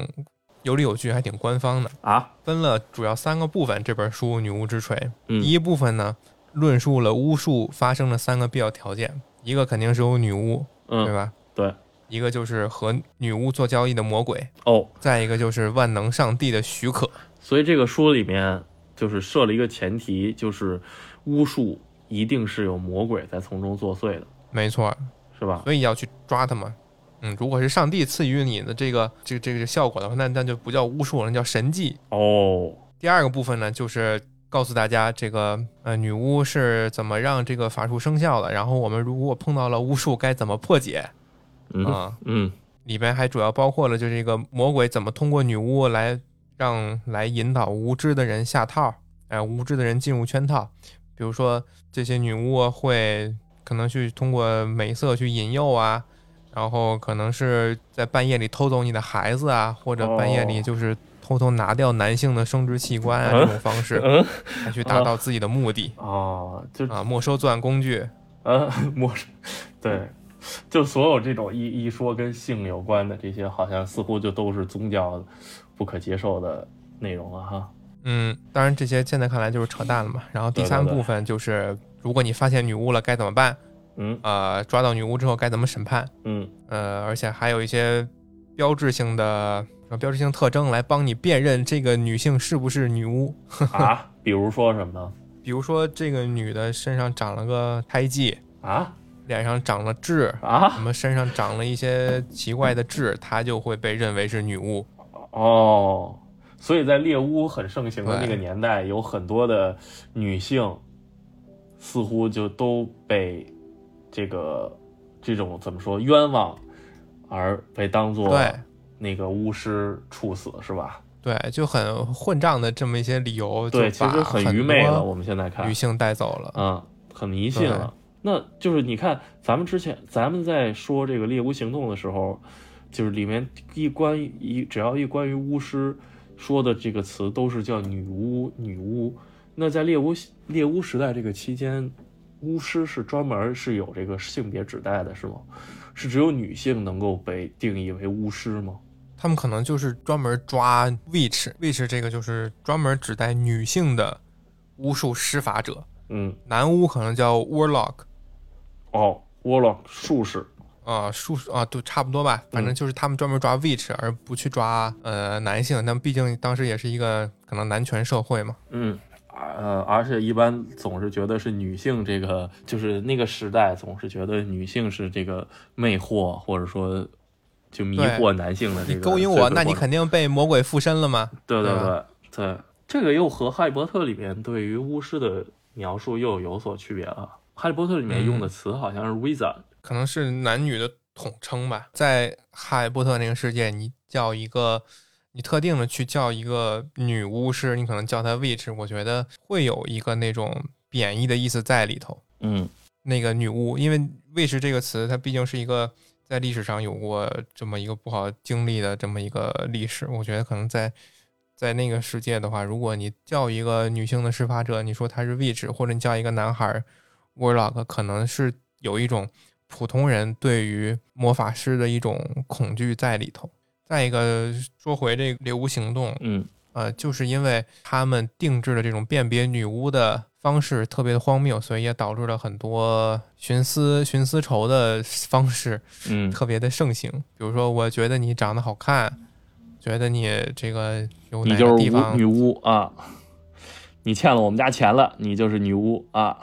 有理有据，还挺官方的。
啊，
分了主要三个部分，这本书《女巫之锤》
嗯
第一部分呢，论述了巫术发生的三个必要条件，一个肯定是有女巫，对
嗯，
吧？
对，
一个就是和女巫做交易的魔鬼，
哦，
再一个就是万能上帝的许可。
所以这个书里面就是设了一个前提，就是巫术一定是有魔鬼在从中作祟的，
没错，
是吧？
所以要去抓他们。嗯，如果是上帝赐予你的这个这个这个效果的话，那那就不叫巫术了，那叫神迹。
哦，
第二个部分呢，就是告诉大家这个呃女巫是怎么让这个法术生效的，然后我们如果碰到了巫术该怎么破解
嗯
啊、
嗯
里边还主要包括了就是这个魔鬼怎么通过女巫来让来引导无知的人下套，哎、无知的人进入圈套，比如说这些女巫会可能去通过美色去引诱啊。然后可能是在半夜里偷走你的孩子啊，或者半夜里
哦
就是偷偷拿掉男性的生殖器官啊，这种方式。
嗯，
来去达到自己的目的
哦，就
啊，没收作案工具。
呃， 模式，对，就所有这种一一说跟性有关的这些，好像似乎就都是宗教不可接受的内容了哈。
嗯，当然这些现在看来就是扯淡了嘛。然后第三
对对对
部分就是，如果你发现女巫了该怎么办？
嗯
呃，抓到女巫之后该怎么审判？
嗯
呃，而且还有一些标志性的呃标志性特征来帮你辨认这个女性是不是女巫。
啊，比如说什么
比如说这个女的身上长了个胎记，
啊
脸上长了痣，
啊
什么身上长了一些奇怪的痣，她就会被认为是女巫。
哦，所以在猎巫很盛行的那
对
个年代，有很多的女性似乎就都被这个这种怎么说冤枉，而被当做
对，
那个巫师处死是吧？
对，就很混账的这么一些理由，
对，
就
其
把
实
很
愚昧了。
多
我们现在看
女，性带走了。
啊，
很迷信了。那就是你看，咱们之前咱们在说这个猎巫行动的时候，就是里面一关于一只要一关于巫师说的这个词都是叫女巫女巫。那在猎巫猎巫时代这个期间，巫师是专门是有这个性别指代的，是吗？是只有女性能够被定义为巫师吗？
他们可能就是专门抓 witch，witch 这个就是专门指代女性的巫术施法者，
嗯，
男巫可能叫 warlock
哦，warlock 术士，
啊、术士啊，对，差不多吧，反正
嗯
就是他们专门抓 witch，而不去抓呃男性。但毕竟当时也是一个可能男权社会嘛，
嗯，呃，而且一般总是觉得是女性这个，就是那个时代总是觉得女性是这个魅惑，或者说就迷
对
惑男性的这
你
个。
勾引我，那你肯定被魔鬼附身了嘛。
对
对啊
对
吧
对对，这个又和《哈利波特》里面对于巫师的描述又有所区别了。《哈利波特》里面用
嗯
的词好像是 wizard，
可能是男女的统称吧。在哈利波特那个世界，你叫一个，你特定的去叫一个女巫师，你可能叫她 witch，我觉得会有一个那种贬义的意思在里头。
嗯
那个女巫，因为 witch 这个词，它毕竟是一个在历史上有过这么一个不好经历的这么一个历史，我觉得可能在。在那个世界的话，如果你叫一个女性的施法者，你说她是 witch，或者你叫一个男孩儿 warlock，可能是有一种普通人对于魔法师的一种恐惧在里头。再一个，说回这个猎巫行动，
嗯
呃，就是因为他们定制的这种辨别女巫的方式特别的荒谬，所以也导致了很多寻丝寻丝绸的方式
嗯
特别的盛行。比如说，我觉得你长得好看，觉得你这个有
你
哪
就
个
是
地
巫
方
女巫啊，你欠了我们家钱了，你就是女巫啊。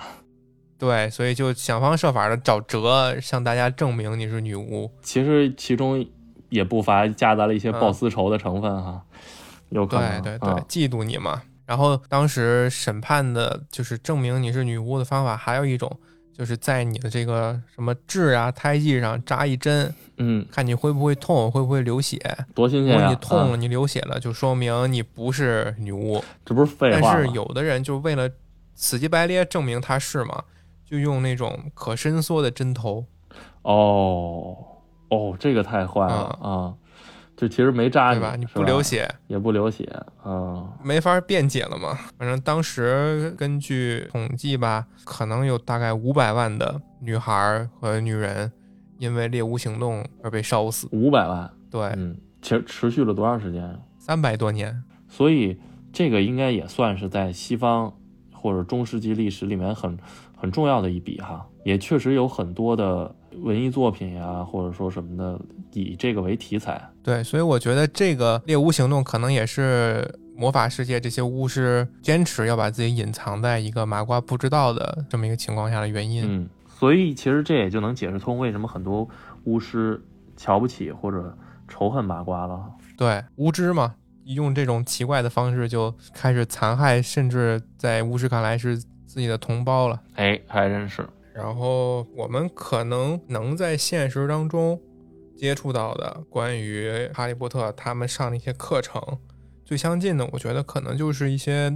对，所以就想方设法的找辙向大家证明你是女巫。
其实其中也不乏夹杂了一些报私仇的成分哈、有可
对
能。
嗯对对，
啊
嫉妒你嘛。然后当时审判的就是证明你是女巫的方法，还有一种就是在你的这个什么痣啊、胎记上扎一针，
嗯，
看你会不会痛，会不会流血。
多新
如
鲜
果
呀！
你痛
啊
了，你流血了，就说明你不是女巫。
这不是废话
但是
吗？
有的人就为了死乞白咧证明他是嘛，就用那种可伸缩的针头，
哦哦，这个太坏了啊、就其实没扎
嗯对吧？你
你
不流
是吧
血，
也不流血啊、
没法辩解了嘛。反正当时根据统计吧，可能有大概五百万的女孩儿和女人因为猎巫行动而被烧死。
五百万，
对，
嗯，其实持续了多长时间？啊
三百多年。
所以这个应该也算是在西方或者中世纪历史里面很很重要的一笔哈，也确实有很多的文艺作品呀，或者说什么的以这个为题材。
对，所以我觉得这个猎巫行动可能也是魔法世界这些巫师坚持要把自己隐藏在一个麻瓜不知道的这么一个情况下的原因。
嗯，所以其实这也就能解释通为什么很多巫师瞧不起或者仇恨麻瓜了。
对，无知嘛，用这种奇怪的方式就开始残害，甚至在巫师看来是自己的同胞了。
哎，还真是。
然后我们可能能在现实当中接触到的关于哈利波特他们上的一些课程，最相近的，我觉得可能就是一些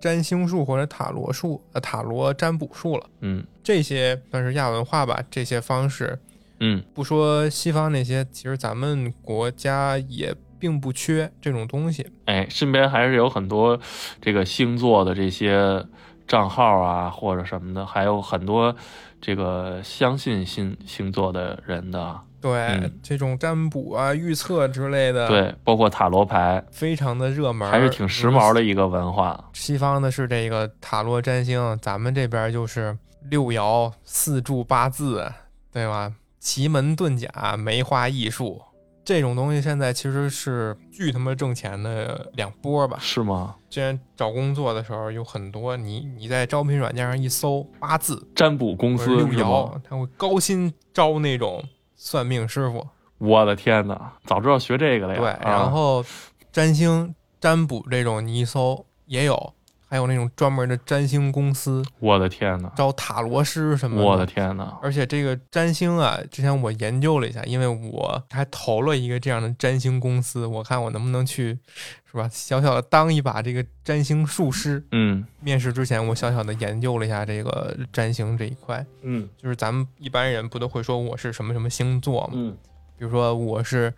占星术或者塔罗术、呃塔罗占卜术了。
嗯
这些算是亚文化吧，这些方式
嗯，
不说西方那些，其实咱们国家也并不缺这种东西。
哎，身边还是有很多这个星座的这些账号啊，或者什么的，还有很多这个相信星星座的人的啊，
对、
嗯
这种占卜啊、预测之类的，，
对，包括塔罗牌，
非常的热门，嗯
还是挺时髦的一个文化。
西方的是这个塔罗占星，咱们这边就是六爻、四柱、八字，对吧？奇门遁甲、梅花易数这种东西，现在其实是巨他妈挣钱的两波吧。
是吗？
之前找工作的时候，有很多你你在招聘软件上一搜八字
占卜公
或者
司
六
是吗？
爻，他会高薪招那种算命师傅。
我的天哪，早知道学这个了呀！
对，
啊
然后占星、占卜这种你一搜也有，还有那种专门的占星公司。
我的天哪，
招塔罗师什么
我的天哪，
而且这个占星啊，之前我研究了一下，因为我还投了一个这样的占星公司，我看我能不能去，是吧？小小的当一把这个占星术师。
嗯
面试之前，我小小的研究了一下这个占星这一块，
嗯
就是咱们一般人不都会说我是什么什么星座嘛？
嗯
比如说我是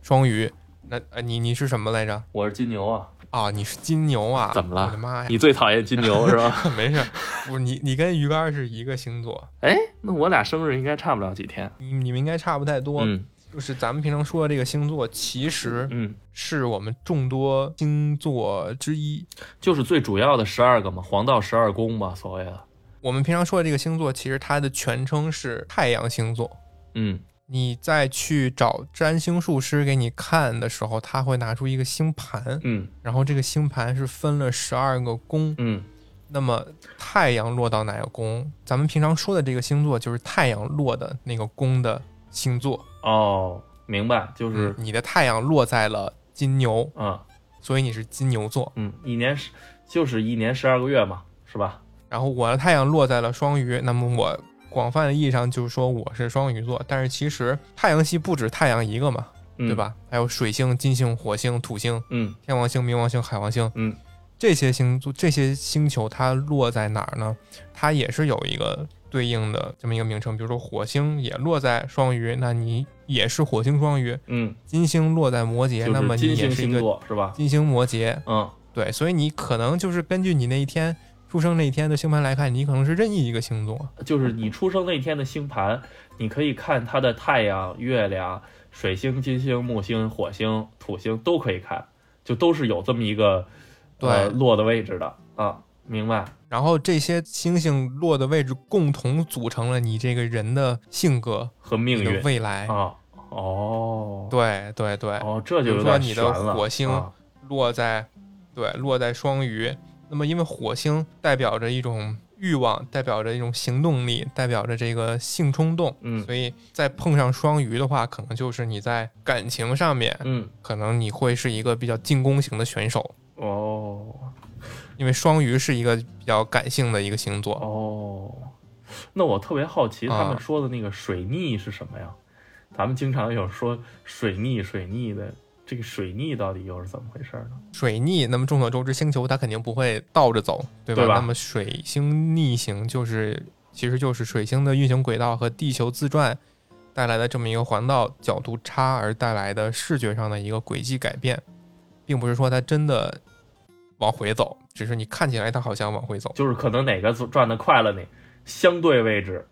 双鱼，那呃你你是什么来着？
我是金牛啊，
啊，你是金牛啊？
怎么了
我的妈呀！
你最讨厌金牛是吧？
没事儿，不是你你跟鱼竿是一个星座，
哎， 那我俩生日应该差不了几天。
你你们应该差不太多。
嗯
就是咱们平常说的这个星座，其实
嗯，
是我们众多星座之一。
就是最主要的十二个嘛，黄道十二宫嘛，所谓的。
我们平常说的这个星座，其实它的全称是太阳星座。
嗯，
你再去找占星术师给你看的时候，他会拿出一个星盘，
嗯
然后这个星盘是分了十二个宫。
嗯
那么太阳落到哪个宫？咱们平常说的这个星座就是太阳落的那个宫的星座。
哦，明白，就是
你的太阳落在了金牛，
嗯
所以你是金牛座。
嗯，一年十就是一年十二个月嘛，是吧？
然后我的太阳落在了双鱼，那么我广泛的意义上就是说我是双鱼座。但是其实太阳系不止太阳一个嘛，
嗯、
对？吧？还有水星、金星、火星、土星、
嗯
天王星、冥王星、海王星，
嗯，
这些星座、这些星球它落在哪儿呢？它也是有一个对应的这么一个名称，比如说火星也落在双鱼，那你也是火星双鱼；
嗯，
金星落在摩羯，
就
那么
是
你
金
也
星
是一
星
个
座是吧？
金星摩羯。
嗯
对，所以你可能就是根据你那一天出生那一天的星盘来看，你可能是任意一个星座。
就是你出生那天的星盘，你可以看它的太阳、月亮、水星、金星、木星、火星、土星都可以看，就都是有这么一个呃
对
落的位置的啊，明白？
然后这些星星落的位置共同组成了你这个人的性格、
和
你
命
的
运
未来。
啊，哦，
对对对，
哦，这就
哎
有
比如说
点
你的
悬了。
火星
啊
落在对落在双鱼。那么因为火星代表着一种欲望，代表着一种行动力，代表着这个性冲动，
嗯
所以再碰上双鱼的话，可能就是你在感情上面，
嗯，
可能你会是一个比较进攻型的选手。
哦
因为双鱼是一个比较感性的一个星座，
哦，那我特别好奇
啊
他们说的那个水逆是什么呀？咱们经常有说水逆水逆的，这个水逆到底又是怎么回事呢？
水逆。那么众所周知，星球它肯定不会倒着走，对吧？
对吧
那么水星逆行就是，其实就是水星的运行轨道和地球自转带来的这么一个环道角度差而带来的视觉上的一个轨迹改变，并不是说它真的往回走，只是你看起来它好像往回走。
就是可能哪个转的快了哪，相对位置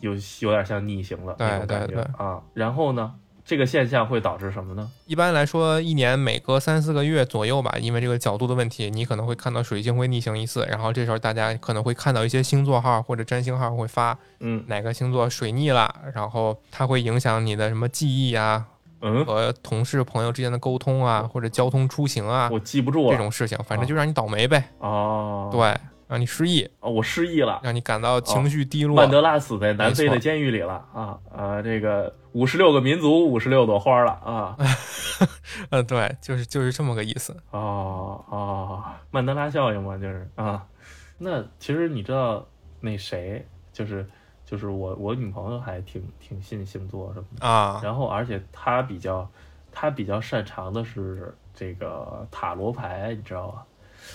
有有点像逆行了
对
那种感
对
觉
对
啊。然后呢，这个现象会导致什么呢？
一般来说，一年每隔三四个月左右吧，因为这个角度的问题，你可能会看到水星会逆行一次，然后这时候大家可能会看到一些星座号或者占星号会发
嗯
哪个星座水逆了，然后它会影响你的什么记忆啊，
嗯，
和同事朋友之间的沟通啊，或者交通出行啊
我记不住
这
了
种事情，反正就让你倒霉呗，
哦，
对，让你失忆，
哦，我失忆了。
让你感到情绪低落
曼，德拉死在南非
没
的
错
监狱里了啊啊！这个五十六个民族，五十六朵花了啊
嗯，对，就是就是这么个意思。啊
哦哦，曼德拉效应嘛，就是啊。那其实你知道那谁，就是就是我我女朋友还挺挺信星座什么的，
啊，
然后而且她比较她比较擅长的是这个塔罗牌，你知道吧？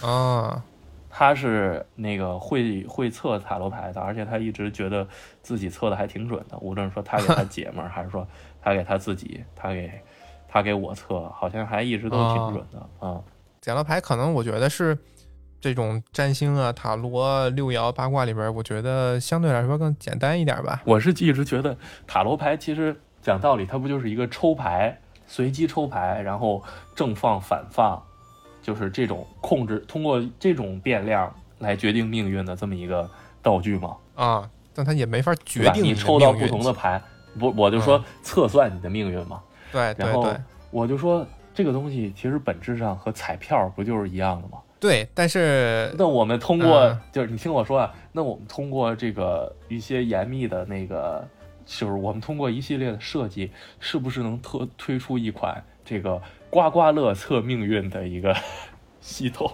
啊，
他是那个会会测塔罗牌的，而且他一直觉得自己测的还挺准的。无论说他给他 姐们儿，还是说他给他自己，他给他给我测，好像还一直都挺准的
哦
啊、
塔罗牌可能我觉得是这种占星啊、塔罗啊、六爻、八卦里边儿，我觉得相对来说更简单一点吧。
我是一直觉得塔罗牌其实讲道理，它不就是一个抽牌，随机抽牌，然后正放反放，就是这种控制通过这种变量来决定命运的这么一个道具吗？
啊，但它也没法决
对吧
定
你
的
抽到
命
不
运嗯
同的，牌，不我就说测算你的命运嘛。
对对
然后
对
我就说这个东西其实本质上和彩票不就是一样的吗？
对，但是
那我们通过、
嗯
就是你听我说啊，那我们通过这个一些严密的那个，就是我们通过一系列的设计，是不是能特推出一款这个刮刮乐测命运的一个 系统？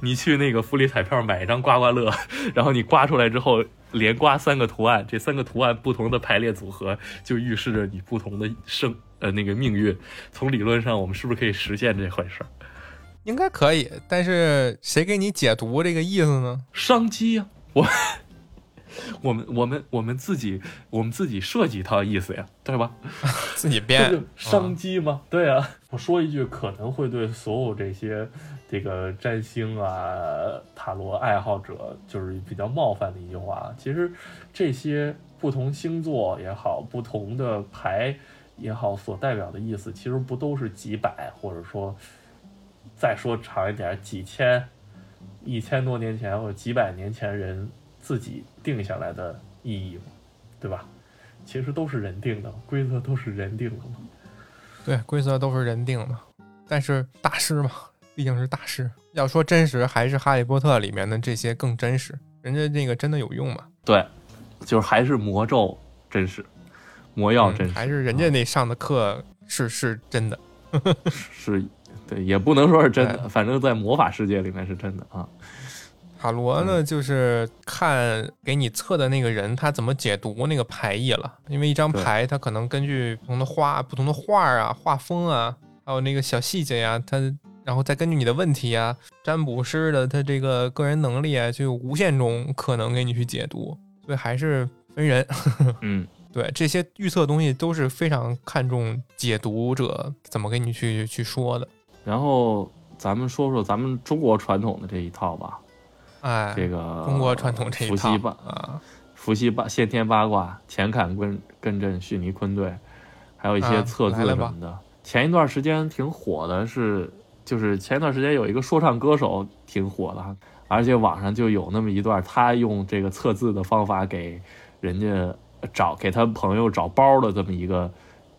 你去那个福利彩票买一张刮刮乐，然后你刮出来之后。连刮三个图案，这三个图案不同的排列组合，就预示着你不同的生呃那个命运。从理论上，我们是不是可以实现这回事儿？
应该可以。但是谁给你解读这个意思呢？
商机呀、我我们我们我们自己我们自己设计一套意思呀，对吧？
自己
这
编
就，商机嘛，对啊。我说一句可能会对所有这些这个占星啊、塔罗爱好者就是比较冒犯的一句话，其实这些不同星座也好，不同的牌也好，所代表的意思，其实不都是几百，或者说再说长一点，几千、一千多年前或者几百年前人自己定下来的意义嘛，对吧？其实都是人定的，规则都是人定的嘛。
对，规则都是人定的，但是大师嘛，毕竟是大师。要说真实，还是《哈利波特》里面的这些更真实，人家那个真的有用嘛？
对，就是还是魔咒真实，魔药
嗯
真实、啊
还是人家那上的课是是真的。
是，对，也不能说是真的，反正在魔法世界里面是真的啊。
塔罗
嗯
呢，就是看给你测的那个人他怎么解读那个牌意了，因为一张
对
牌它可能根据不同的花、不同的画儿啊、画风啊，还有那个小细节呀、啊它然后再根据你的问题啊、占卜师的他这个个人能力啊，就有无限种可能给你去解读，所以还是分人。
嗯，
对这些预测东西都是非常看重解读者怎么给你去去说的。
然后咱们说说咱们中国传统的这一套吧，
哎，
这个
中国传统这一
伏
套
羲八
啊，
伏羲八先天八卦、乾坎艮艮震、巽离坤兑，还有一
啊
些测字
来了
什
吧
么的。前一段时间挺火的是，就是前一段时间有一个说唱歌手挺火的，而且网上就有那么一段，他用这个测字的方法给人家找给他朋友找包的这么一个，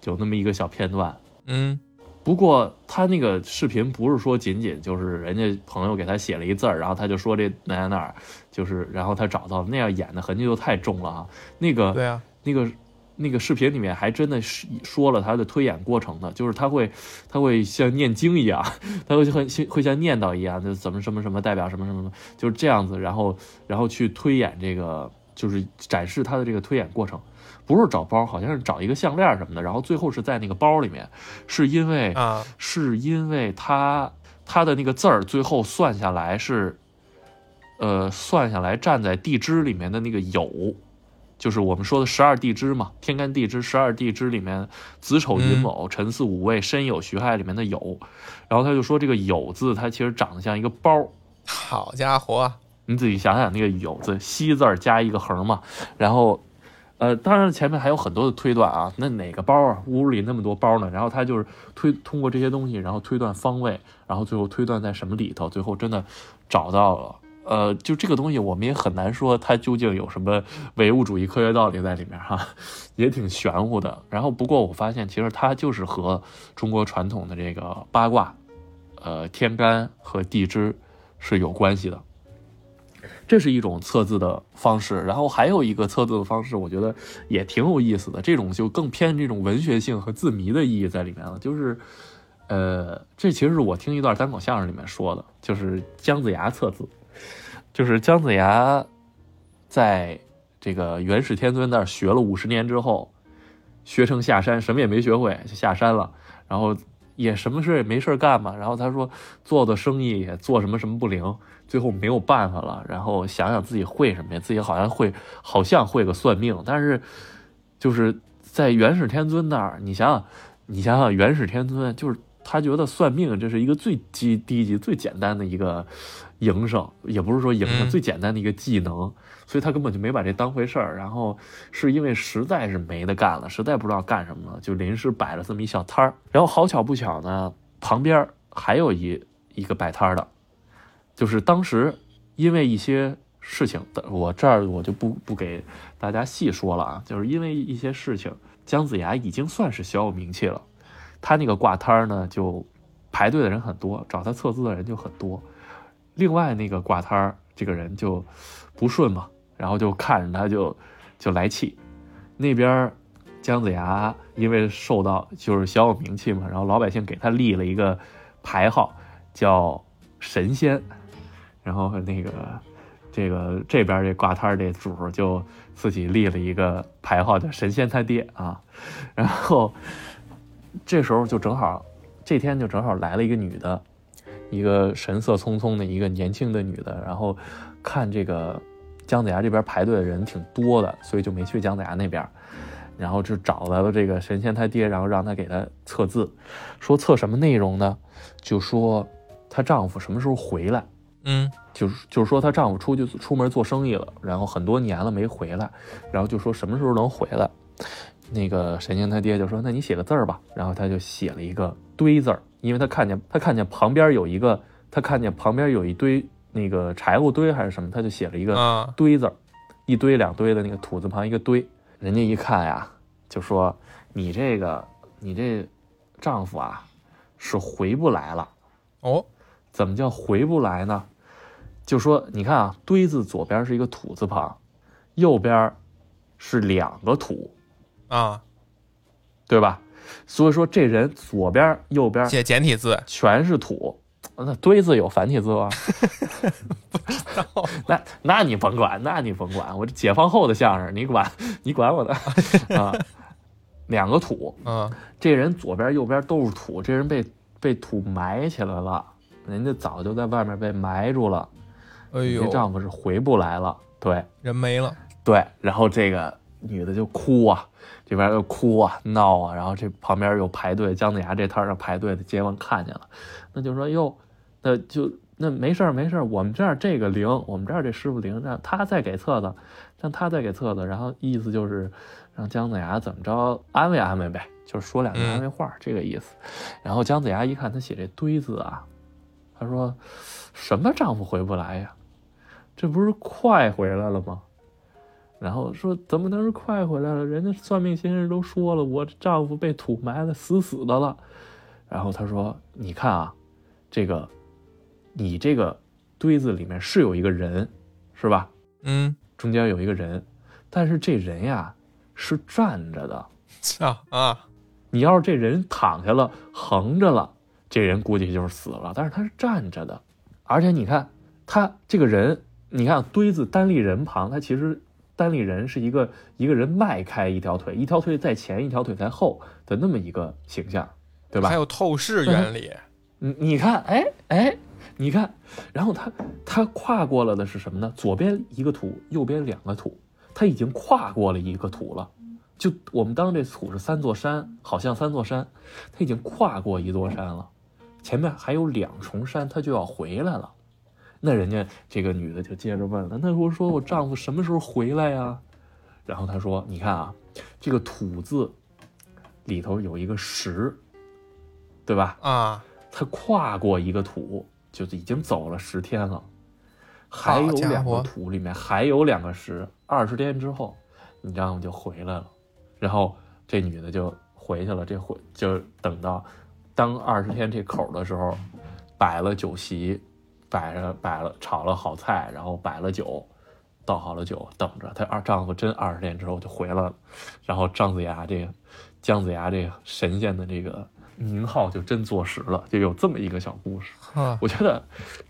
有那么一个小片段。
嗯，
不过他那个视频不是说仅仅就是人家朋友给他写了一字儿，然后他就说这哪哪哪儿，就是然后他找到那样演的痕迹就太重了啊。那个
对啊，
那个那个视频里面还真的是说了他的推演过程的，就是他会他会像念经一样，他会会会像念叨一样，就怎么什么什么代表什么什么什么，就是这样子，然后然后去推演这个，就是展示他的这个推演过程。不是找包，好像是找一个项链什么的，然后最后是在那个包里面，是因为
啊，
是因为他他的那个字儿最后算下来是，呃，算下来站在地支里面的那个酉，就是我们说的十二地支嘛，天干地支十二地支里面子丑寅卯辰巳午未申酉戌亥里面的酉，然后他就说这个酉字它其实长得像一个包儿，
好家伙，
你自己想想那个酉字，西字儿加一个横嘛，然后，呃，当然前面还有很多的推断啊，那哪个包啊，屋里那么多包呢？然后他就是推通过这些东西，然后推断方位，然后最后推断在什么里头，最后真的找到了。呃，就这个东西，我们也很难说它究竟有什么唯物主义科学道理在里面哈、 也挺玄乎的。然后，不过我发现，其实它就是和中国传统的这个八卦、呃天干和地支是有关系的。这是一种测字的方式。然后还有一个测字的方式，我觉得也挺有意思的。这种就更偏这种文学性和字谜的意义在里面了。就是，呃，这其实是我听一段单口相声里面说的，就是姜子牙测字，就是姜子牙在这个元始天尊那儿学了五十年之后，学成下山，什么也没学会就下山了，然后。也什么事也没事儿干嘛，然后他说做做生意也做什么什么不灵，最后没有办法了，然后想想自己会什么呀？自己好像会，好像会个算命，但是就是在元始天尊那儿，你想想，你想想元始天尊，就是他觉得算命这是一个最低低级、最简单的一个营生，也不是说营生，
嗯
最简单的一个技能，所以他根本就没把这当回事儿。然后是因为实在是没得干了，实在不知道干什么了，就临时摆了这么一小摊儿。然后好巧不巧呢，旁边儿还有一一个摆摊儿的。就是当时因为一些事情，但我这儿我就不不给大家细说了啊，就是因为一些事情，姜子牙已经算是小有名气了，他那个挂摊儿呢，就排队的人很多，找他测字的人就很多。另外那个挂摊儿这个人就不顺嘛，然后就看着他就就来气。那边儿姜子牙因为受到就是小有名气嘛，然后老百姓给他立了一个牌号叫神仙，然后那个这个这边儿这挂摊儿这主儿就自己立了一个牌号叫神仙他爹啊，然后这时候就正好这天就正好来了一个女的，一个神色匆匆的一个年轻的女的，然后看这个姜子牙这边排队的人挺多的，所以就没去姜子牙那边。然后就找到了这个神仙他爹，然后让他给他测字，说测什么内容呢？就说她丈夫什么时候回来，
嗯
就是就是说她丈夫出去出门做生意了，然后很多年了没回来，然后就说什么时候能回来。那个神仙他爹就说：“那你写个字儿吧。”然后他就写了一个“堆”字儿，因为他看见他看见旁边有一个，他看见旁边有一堆那个柴火堆还是什么，他就写了一个
啊，
堆字儿，一堆两堆的那个土字旁一个堆。人家一看呀，就说你这个你这丈夫啊是回不来了。
哦，
怎么叫回不来呢？就说你看啊，堆字左边是一个土字旁，右边是两个土，
啊，
对吧？所以说这人左边右边
写简体字，
全是土。那堆字有繁体字吗？ 那那你甭管，那你甭管，我这解放后的相声，你管你管我的啊！两个土，
嗯
这人左边右边都是土，这人被被土埋起来了，人家早就在外面被埋住了。
哎
你这
呦，
丈夫是回不来了。对
人没了，
对，然后这个女的就哭啊，这边又哭啊闹啊，然后这旁边有排队，姜子牙这摊儿上排队的街坊看见了，那就说哟，那就那没事儿没事儿，我们这儿这个灵，我们这儿这师傅灵，让他再给册子，让他再给册子，然后意思就是让姜子牙怎么着安慰安慰呗，就是说两句
嗯
安慰话、这个意思。然后姜子牙一看他写这堆字啊，他说什么丈夫回不来呀？这不是快回来了吗？然后说怎么能是快回来了？人家算命先生都说了，我丈夫被土埋的死死的了。然后他说：“你看啊，这个，你这个堆子里面是有一个人，是吧？
嗯，
中间有一个人，但是这人呀是站着的。
啊啊，
你要是这人躺下了、横着了，这人估计就是死了。但是他是站着的，而且你看他这个人，你看堆字单立人旁，他其实单立人是一个一个人迈开一条腿，一条腿在前，一条腿在后的那么一个形象，对吧？
还有透视原理，
你你看，哎哎，你看，然后他他跨过了的是什么呢？左边一个土，右边两个土，他已经跨过了一个土了。就我们当这土是三座山，好像三座山，他已经跨过一座山了，前面还有两重山，他就要回来了。那人家这个女的就接着问了，那我说我丈夫什么时候回来呀、然后他说，你看啊，这个土字里头有一个十，对吧？
啊，
他跨过一个土，就是已经走了十天了，还有
家
两
伙
个土里面还有两个十，二十天之后，你丈夫就回来了，然后这女的就回去了，这回就等到当二十天这口的时候，摆了酒席，摆了摆了炒了好菜，然后摆了酒。倒好了酒，等着她二丈夫真二十天之后就回来了，然后姜子牙这个姜子牙这个神仙的这个名号就真坐实了，就有这么一个小故事。
哈，
我觉得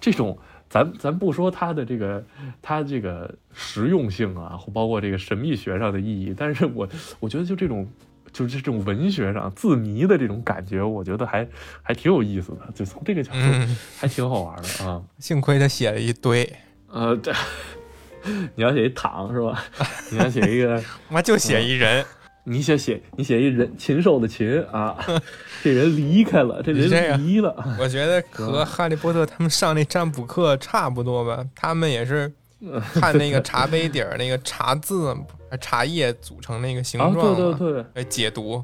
这种，咱咱不说它的这个它这个实用性啊，或包括这个神秘学上的意义，但是 我我觉得就这种。就是这种文学上字谜的这种感觉，我觉得还还挺有意思的，就从这个角度
嗯，
还挺好玩 的啊。
幸亏他写了一堆，
呃，这你要写一唐是吧？ 你要写一个
妈就
嗯
写一 人，
你写写你写一人禽兽的禽 啊，这人离开了，这
你这个
人离了，啊
我觉得和哈利波特他们上那占卜课差不多吧，他们也 是看那个茶杯底儿那个茶字，茶叶组成那个形
啊，
状嘛，
对对对
来解读。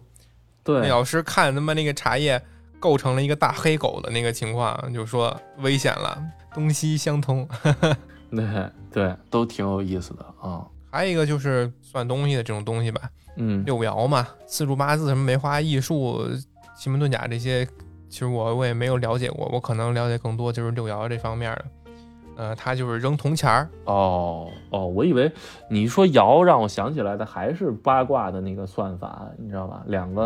那
对，
老师看他妈那个茶叶构成了一个大黑狗的那个情况，就说危险了，东西相通。
对对，都挺有意思的啊。
还有一个就是算东西的这种东西吧，
嗯，
六爻嘛，四柱八字什么梅花易数、奇门遁甲这些，其实我我也没有了解过，我可能了解更多就是六爻这方面的。呃，它就是扔铜钱儿，
哦哦，我以为你说爻让我想起来的还是八卦的那个算法，你知道吧？两个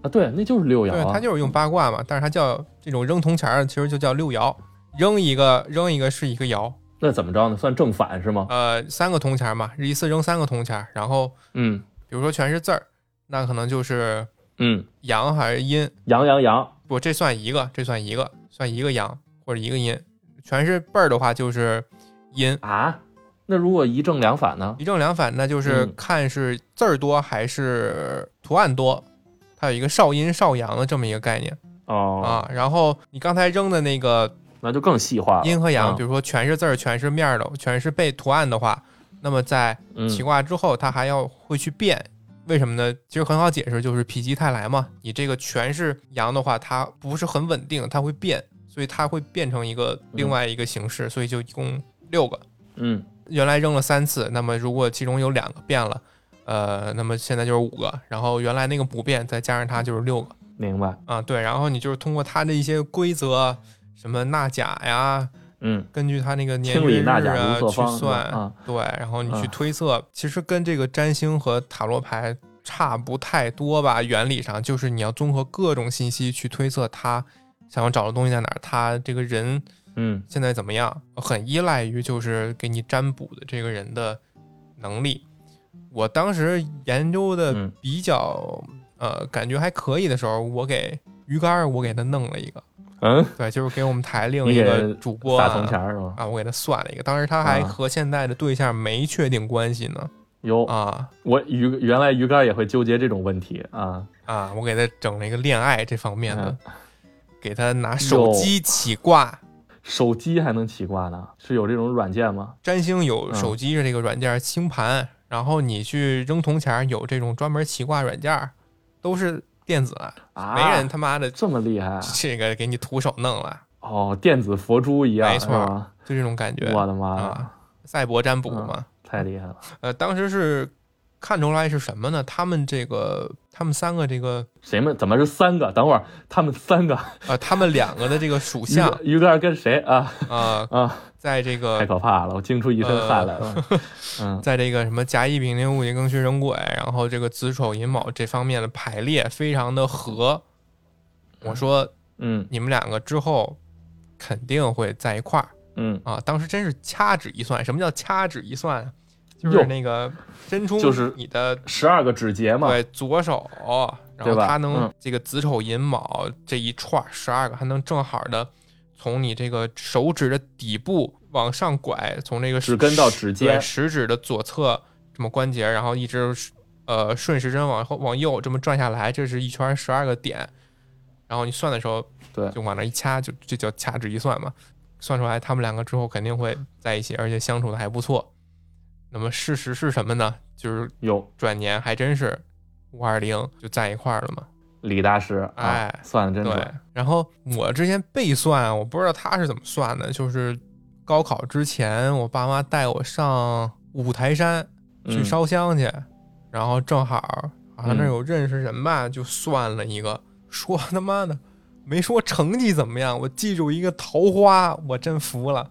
啊，对，那就是六爻
对，
啊
它。就是用八卦嘛，但是它叫这种扔铜钱儿，其实就叫六爻，扔一个扔一个是一个爻，
那怎么着呢？算正反是吗？
呃，三个铜钱儿嘛，一次扔三个铜钱儿，然后
嗯
比如说全是字儿，那可能就是
嗯，
阳还是阴，
阳阳阳，
不，这算一个，这算一个，算一个阳或者一个阴，全是辈儿的话就是阴，
啊那如果一正两反呢？
一正两反，那就是
嗯
看是字儿多还是图案多，它有一个少阴少阳的这么一个概念
哦，
啊。然后你刚才扔的那个
那就更细化了。
阴和阳，
啊
比如说全是字儿、全是面儿的、全是被图案的话，那么在
嗯
起卦之后，它还要会去变。为什么呢？其实很好解释，就是否极泰来嘛。你这个全是阳的话，它不是很稳定，它会变，所以它会变成一个另外一个形式，所以就一共六个。
嗯
原来扔了三次，那么如果其中有两个变了，呃，那么现在就是五个，然后原来那个不变，再加上它就是六个
明白。
啊。对，然后你就是通过它的一些规则，什么纳甲呀，
嗯，
根据它那个年
清理
月日
纳甲
啊
如
去
厕方是
算，
吧啊，
对，然后你去
嗯
推测，其实跟这个占星和塔罗牌差不太多吧，原理上就是你要综合各种信息去推测他想要找的东西在哪儿，他这个人
嗯
现在怎么样，很依赖于就是给你占卜的这个人的能力。我当时研究的
嗯
比较、呃感觉还可以的时候，我给鱼竿儿我给他弄了一个，
嗯，
对，就是给我们台另
你
一
给
个主播
撒
啊
铜钱儿是吧？
啊，我给他算了一个，当时他还
啊
和现在的对象没确定关系呢，
有，
啊
我鱼原来鱼竿也会纠结这种问题啊。
啊，我给他整了一个恋爱这方面的，给他拿
嗯哟
手机起卦，
手机还能起卦呢？是有这种软件吗？
占星有
嗯
手机是这个软件儿星盘，然后你去扔铜钱儿有这种专门起卦软件儿，都是电子，
啊，
没人他妈的
这么厉害啊
这个给你徒手弄了，
哦，电子佛珠一样，
没错
是吧
就这种感觉。
我的嗯妈呀，
啊，赛博占卜嘛，
太厉害了！
呃，当时是看出来是什么呢？他们这个，他们三个这个，
谁们怎么是三个？等会儿他们 三个，
呃，他们两个的这个属
鱼
相
竿鱼竿跟谁啊
啊、
啊？
在这
太
个。
可怕了，我惊出一身汗来了。
呃
嗯
在这个什么甲乙丙丁戊己庚戌壬癸，然后这个子丑寅卯这方面的排列非常的合。我说
嗯
你们两个之后肯定会在一块儿
嗯，
啊！当时真是掐指一算，什么叫掐指一算啊？就是
哟
那个伸出
就是
你的
十二个指节嘛，
对左手，然后
对吧
它能
嗯
这个子丑寅卯这一串十二个，还能正好的从你这个手指的底部往上拐，从这个
指根到指
对
尖，
食指的左侧这么关节，然后一直呃顺时针往后往右这么转下来，这是一圈十二个点，然后你算的时候
对
就往那一掐，就这叫掐指一算嘛。算出来他们两个之后肯定会在一起，而且相处的还不错。那么事实是什么呢？就是
有
转年还真是五二零就在一块儿了嘛。
李大师，啊
哎
算的真
对
准。，
然后我之前背算啊，我不知道他是怎么算的，就是高考之前，我爸妈带我上五台山去
嗯
烧香去，然后正好好像那儿
嗯
有认识人吧，就算了一个，说他妈的没说成绩怎么样，我记住一个桃花，我真服了。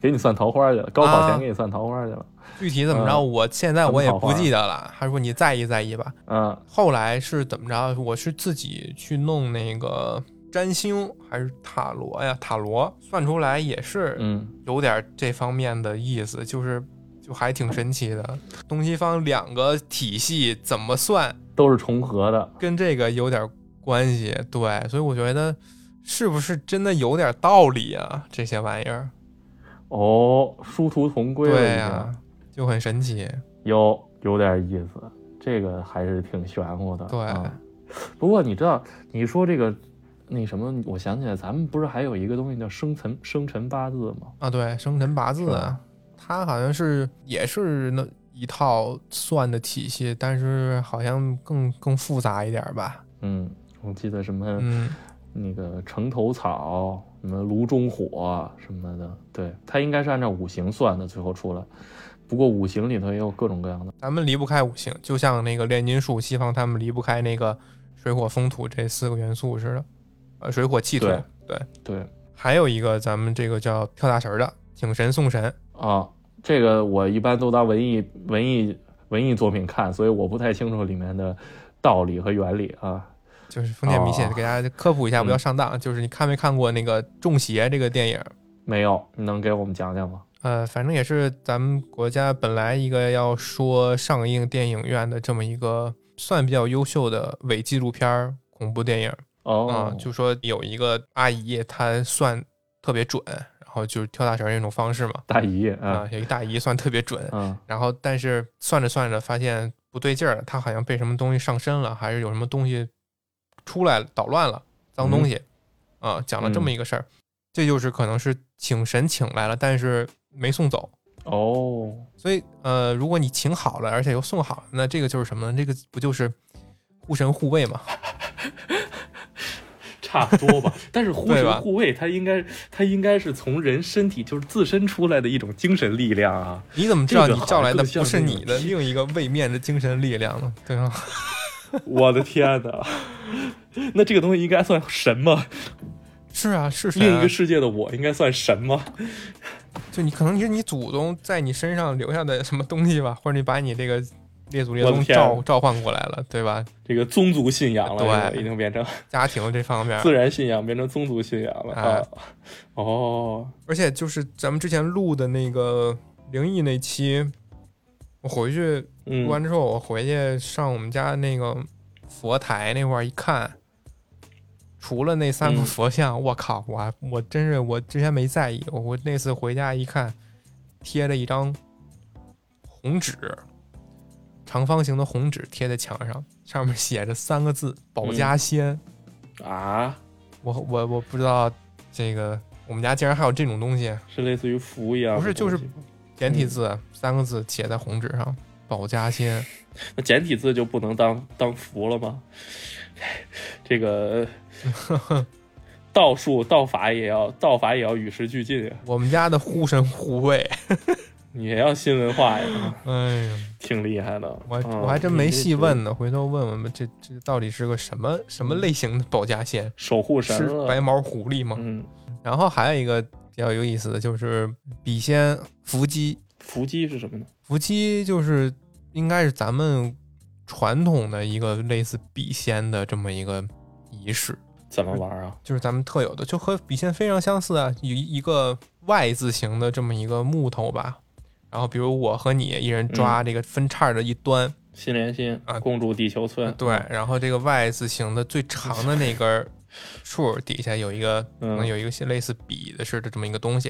给你算桃花去了，高考
啊
前给你算桃花去了。
具体怎么着，
嗯
我现在我也
很桃
不
花
记得了。他说你在意在意吧。
嗯，
后来是怎么着？我是自己去弄那个占星还是塔罗呀？塔罗算出来也是
嗯，
有点这方面的意思，就是就还挺神奇的。东西方两个体系怎么算，
都是重合的。
跟这个有点关系。对，所以我觉得是不是真的有点道理啊？这些玩意儿，
哦，殊途同归了已
对
经。
呀、就很神奇。
有有点意思，这个还是挺玄乎的。
对
嗯不过你知道，你说这个那什么，我想起来，咱们不是还有一个东西叫生辰生辰八字吗？
啊，对，生辰八字
是
啊
吧，
它好像是也是那一套算的体系，但是好像更更复杂一点儿吧。
嗯，我记得什么、
嗯，
那个城头草，什么炉中火什么的，对，它应该是按照五行算的，最后出来。不过五行里头也有各种各样的，
咱们离不开五行，就像那个炼金术，西方他们离不开那个水火风土这四个元素似的，呃，水火气土。
对
对，
对
还有一个咱们这个叫跳大神儿的，请神送神。
啊，这个我一般都当文艺文艺文艺作品看，所以我不太清楚里面的道理和原理啊。
就是封建迷信，
哦
给大家科普一下，不要
嗯
上当。就是你看没看过那个《中邪》这个电影？
没有，你能给我们讲讲吗？
呃，反正也是咱们国家本来一个要说上映电影院的这么一个算比较优秀的伪纪录片儿恐怖电影儿啊
哦，
啊、就说有一个阿姨她算特别准，然后就是跳大神儿那种方式嘛，
大姨
啊
啊，
有一大姨算特别准，
嗯
然后但是算着算着发现不对劲儿了，他好像被什么东西上身了，还是有什么东西出来了捣乱了，脏
嗯
东西啊、讲了这么一个事儿，这就是可能是请神请来了，但是没送走。
哦，
所以呃，如果你请好了，而且又送好了，那这个就是什么呢？这个不就是护神护卫嘛？
差不多吧。但是护
对吧
神护卫，它应该它应该是从人身体就是自身出来的一种精神力量啊。
你怎么知道
这个
你
好
叫来
像
的
更
不
像
是
那
你
种
的 另一个位面的精神力量呢？对吧？
我的天哪！ 那这个东西应该算神吗？
是啊，是谁啊、
另一个世界的我应该算神吗？
就你可能是你祖宗在你身上留下的什么东西吧，或者你把你这个列祖列
我
宗
的天啊
召召唤过来了，对吧？
这个宗族信仰了，
对啊
已经变成
家庭这方面，
自然信仰变成宗族信仰了
哎
啊！哦，
而且就是咱们之前录的那个灵异那期，我回去
嗯
录，完之后，我回去上我们家那个佛台那块儿一看，除了那三个
嗯
佛像，我靠，我还 我真是我之前没在意，我我那次回家一看，贴了一张红纸，长方形的红纸贴在墙上，上面写着三个字“保家仙”
啊，
我我我不知道这个我们家竟然还有这种东西，
是类似于符一样的
不是
东西
就是简体字、三个字写在红纸上，“保家仙”。
那简体字就不能当当符了吗？ 这个道术道法也要道法也要与时俱进啊，
我们家的护神护卫。
你也要新文化呀，
哎呀，
挺厉害的。
我
嗯
我还真没细问呢，回头问问吧，这这到底是个什么什么类型的保家仙？
守护嗯神
是
了，
白毛狐狸吗？
嗯，
然后还有一个比较有意思的就是笔仙伏击，
伏击是什么呢？
伏击就是应该是咱们传统的一个类似笔仙的这么一个仪式，
怎么玩啊？
就是咱们特有的，就和笔仙非常相似啊，有一个 Y 字形的这么一个木头吧，然后比如我和你一人
嗯
抓这个分叉的一端，
心连心
啊
共筑地球村。
对，然后这个 Y 字形的最长的那根儿处底下有一个，可能
嗯
有一个类似笔的似的这么一个东西，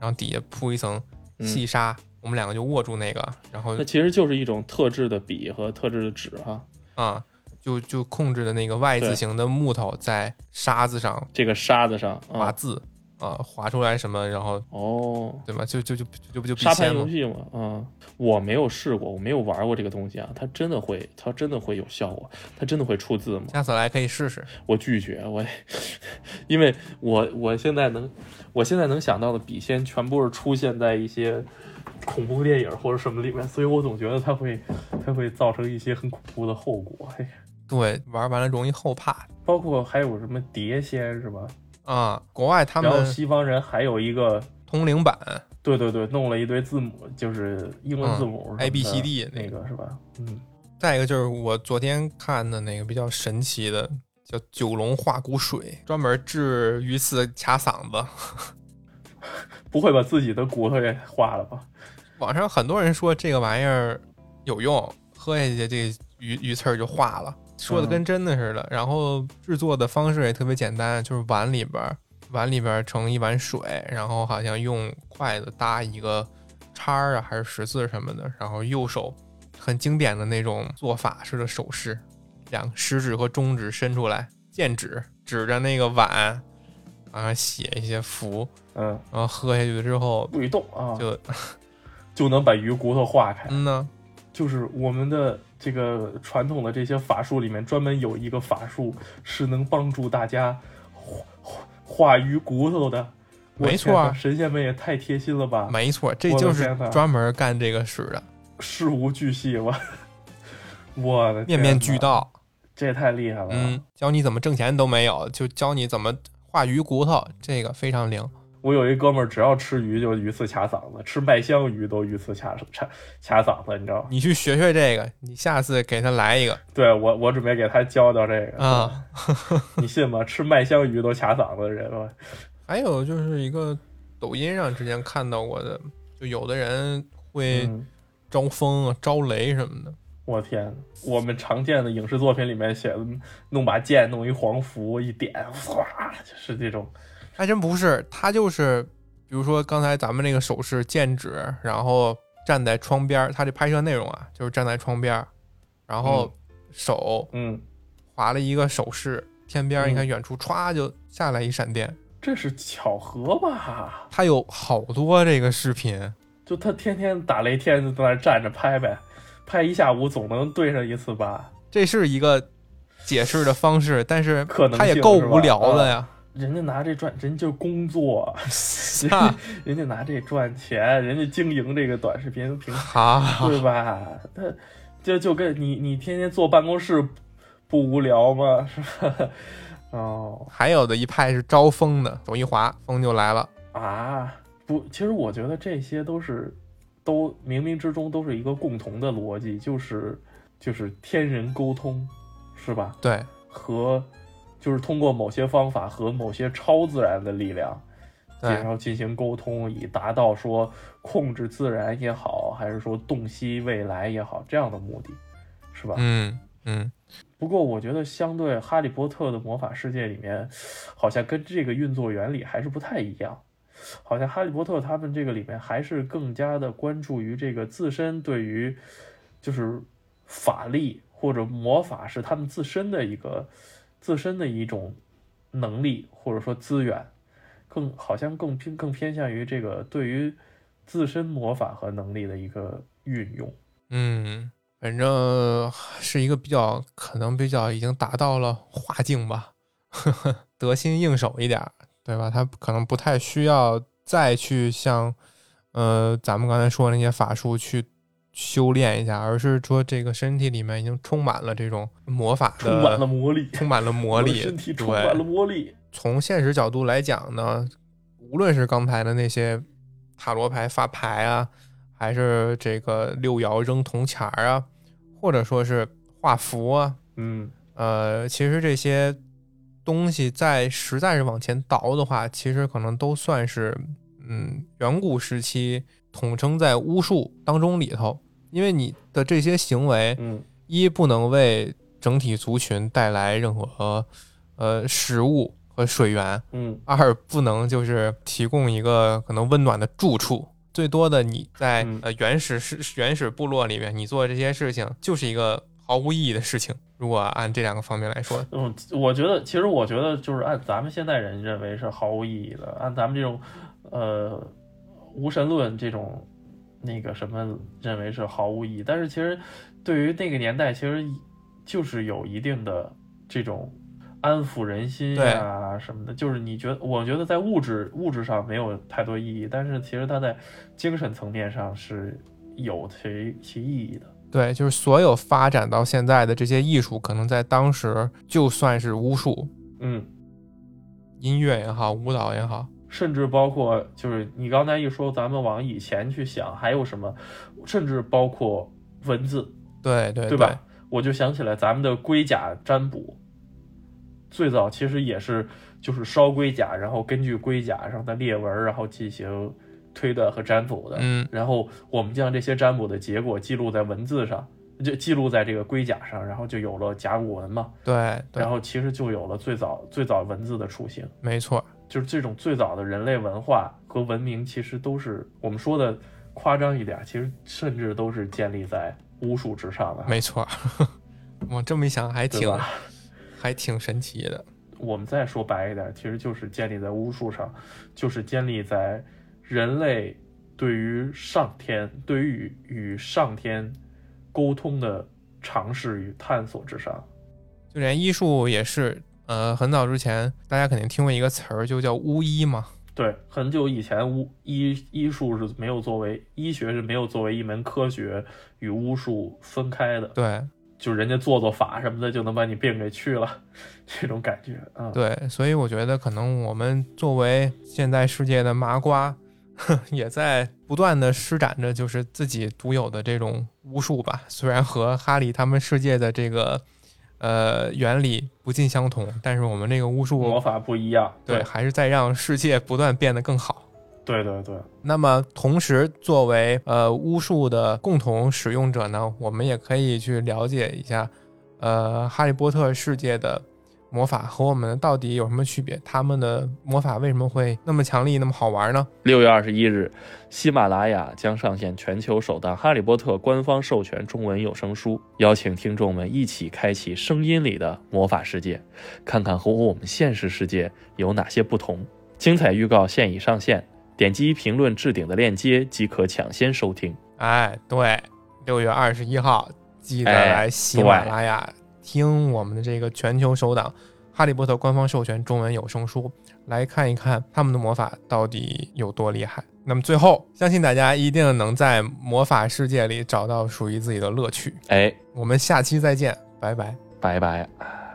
然后底下铺一层
嗯
细沙，我们两个就握住那个，然后
那其实就是一种特制的笔和特制的纸哈、
啊、就就控制的那个 Y 字
对
形的木头在沙子上
这个沙子上
划
啊，
字啊、划出来什么，然后
哦，
对吧？就就就就不就笔
沙盘
仙
游
吗？
戏嘛，啊、我没有试过，我没有玩过这个东西啊，它真的会，它真的会有效果，它真的会出字吗？
下次来可以试试。
我拒绝，我， 因为我我现在能，我现在能想到的笔仙全部是出现在一些恐怖电影或者什么里面，所以我总觉得它会，它会造成一些很恐怖的后果，嘿
对，玩完了容易后怕
包括还有什么碟仙是吧？
啊、国外他
然后
们
西方人还有一个。
通灵版
对对对，弄了一堆字母，就是英文字母什么的、
嗯 A B C D 那
那个是吧？嗯，
再一个就是我昨天看的那个比较神奇的，叫九龙化骨水，专门治鱼刺卡嗓子。
不会把自己的骨头给化了吧？
网上很多人说这个玩意儿有用，喝下去这鱼鱼刺儿就化了，说的跟真的似的。然后制作的方式也特别简单，就是碗里边儿碗里边儿盛一碗水，然后好像用筷子搭一个叉儿啊，还是十字什么的，然后右手很经典的那种做法式的手势，两个食指和中指伸出来，剑指指着那个碗，啊写一些符，
嗯，
然后喝下去之后
不许动啊，
就
就能把鱼骨头化开。
嗯呢。
就是我们的这个传统的这些法术里面，专门有一个法术是能帮助大家化化化鱼骨头的。我
没错
天
啊
哪神仙们也太贴心了吧，
没错，这
啊我的
就是
天呐
专门干这个使的，
事无巨细吧。 我的
面面
天
俱
哪，啊
到。
这也太厉害了。
嗯，教你怎么挣钱都没有，就教你怎么画鱼骨头，这个非常灵。
我有一哥们儿，只要吃鱼就鱼刺卡嗓子，吃麦香鱼都鱼刺卡卡卡嗓子，你知道吗？
你去学学这个，你下次给他来一个
对我，我准备给他教教这个。
啊。
你信吗？吃麦香鱼都卡嗓子的人吗？
还有就是一个抖音上之前看到过的，就有的人会
嗯，
招风啊、招雷什么的。
我天，我们常见的影视作品里面写的，弄把剑，弄一黄符一点，唰，就是这种。
还真不是，他就是比如说刚才咱们那个手势剑指，然后站在窗边儿，他这拍摄内容啊，就是站在窗边儿，然后手
嗯，
划了一个手势，天边儿
嗯
你看远处歘就下来一闪电，
这是巧合吧？
他有好多这个视频，
就他天天打雷天就在那儿站着拍呗，拍一下午总能对上一次吧？
这是一个解释的方式，但是
可能
他也
性
够
是吧啊
无聊的呀。
人家拿这赚，人家工作，人
啊
家人家拿这赚钱，人家经营这个短视频平 台。
哈，
对吧？他就就跟你你天天坐办公室不不无聊吗？ 是吧？哦
还有的一派是招风的，手一滑风就来了。
啊，不，其实我觉得这些都是都冥冥之中都是一个共同的逻辑，就是就是天人沟通，是吧？
对，
和就是通过某些方法和某些超自然的力量，
对
然后进行沟通，以达到说控制自然也好，还是说洞悉未来也好这样的目的，是吧？
嗯嗯，
不过我觉得，相对《哈利波特》的魔法世界里面，好像跟这个运作原理还是不太一样。好像《哈利波特》他们这个里面还是更加的关注于这个自身对于，就是法力或者魔法是他们自身的一个自身的一种能力或者说资源，更好像更偏更偏向于这个对于自身魔法和能力的一个运用。
嗯，反正是一个比较可能比较已经达到了化境吧， 得心应手一点儿，对吧？他可能不太需要再去像呃咱们刚才说的那些法术去修炼一下，而是说这个身体里面已经充满了这种魔法的，
充满了魔力，
呃充满了魔
我的
力，
身体
对。
充满了魔力。
从现实角度来讲呢，无论是刚才的那些塔罗牌发牌啊，还是这个六爻扔铜钱儿啊，或者说是画符啊，
嗯，
呃，其实这些东西在实在是往前倒的话，其实可能都算是嗯远古时期统称在巫术当中里头，因为你的这些行为，
嗯
一不能为整体族群带来任何呃食物和水源，
嗯
二不能就是提供一个可能温暖的住处。最多的你在
嗯
呃原始是原始部落里面，你做这些事情就是一个毫无意义的事情。如果按这两个方面来说，
嗯，我觉得其实我觉得就是按咱们现代人认为是毫无意义的，按咱们这种呃无神论这种那个什么认为是毫无意义，但是其实对于那个年代，其实就是有一定的这种安抚人心呀、什么的，就是你觉得，我觉得在物质物质上没有太多意义，但是其实它在精神层面上是有其其意义的。
对，就是所有发展到现在的这些艺术，可能在当时就算是巫术、
嗯。
音乐也好，舞蹈也好，
甚至包括就是你刚才一说，咱们往以前去想，还有什么，甚至包括文字，
对哎对
对吧？我就想起来咱们的龟甲占卜，最早其实也是就是烧龟甲，然后根据龟甲上的裂纹，然后进行推断和占卜的。
嗯，
然后我们将这些占卜的结果记录在文字上，就记录在这个龟甲上，然后就有了甲骨文嘛，
对对
然，后其实就有了最早最早文字的雏形。
没错，
就是这种最早的人类文化和文明，其实都是我们说的夸张一点，其实甚至都是建立在巫术之上的。
没错。 我这么一想，还
对
挺
吧
还挺神奇的。
我们再说白一点，其实就是建立在巫术上，就是建立在人类对于上天、对于与上天沟通的尝试与探索之上。
就连医术也是，呃，很早之前大家肯定听过一个词儿，就叫巫医嘛。
对，很久以前巫医医术是没有作为医学是没有作为一门科学与巫术分开的。
对
就人家做做法什么的就能把你病给去了， 这种感觉啊。
对，所以我觉得可能我们作为现代世界的麻瓜， 呵也在不断的施展着就是自己独有的这种巫术吧。虽然和哈利他们世界的这个呃原理不尽相同，但是我们这个巫
魔
术
法不一样，
对还是在让世界不断变得更好。
对对对，
那么，同时作为呃巫术的共同使用者呢，我们也可以去了解一下，呃，哈利波特世界的魔法和我们到底有什么区别？他们的魔法为什么会那么强力、那么好玩呢？
六月二十一日，喜马拉雅将上线全球首档《哈利波特》官方授权中文有声书，邀请听众们一起开启声音里的魔法世界，看看和我们现实世界有哪些不同。精彩预告现已上线，点击评论置顶的链接即可抢先收听。
哎，对，六月二十一号，记得
哎
来喜马拉雅听我们的这个全球首档《哈利波特》官方授权中文有声书，来看一看他们的魔法到底有多厉害。那么最后，相信大家一定能在魔法世界里找到属于自己的乐趣。
哎，
我们下期再见，拜拜。
拜拜。啊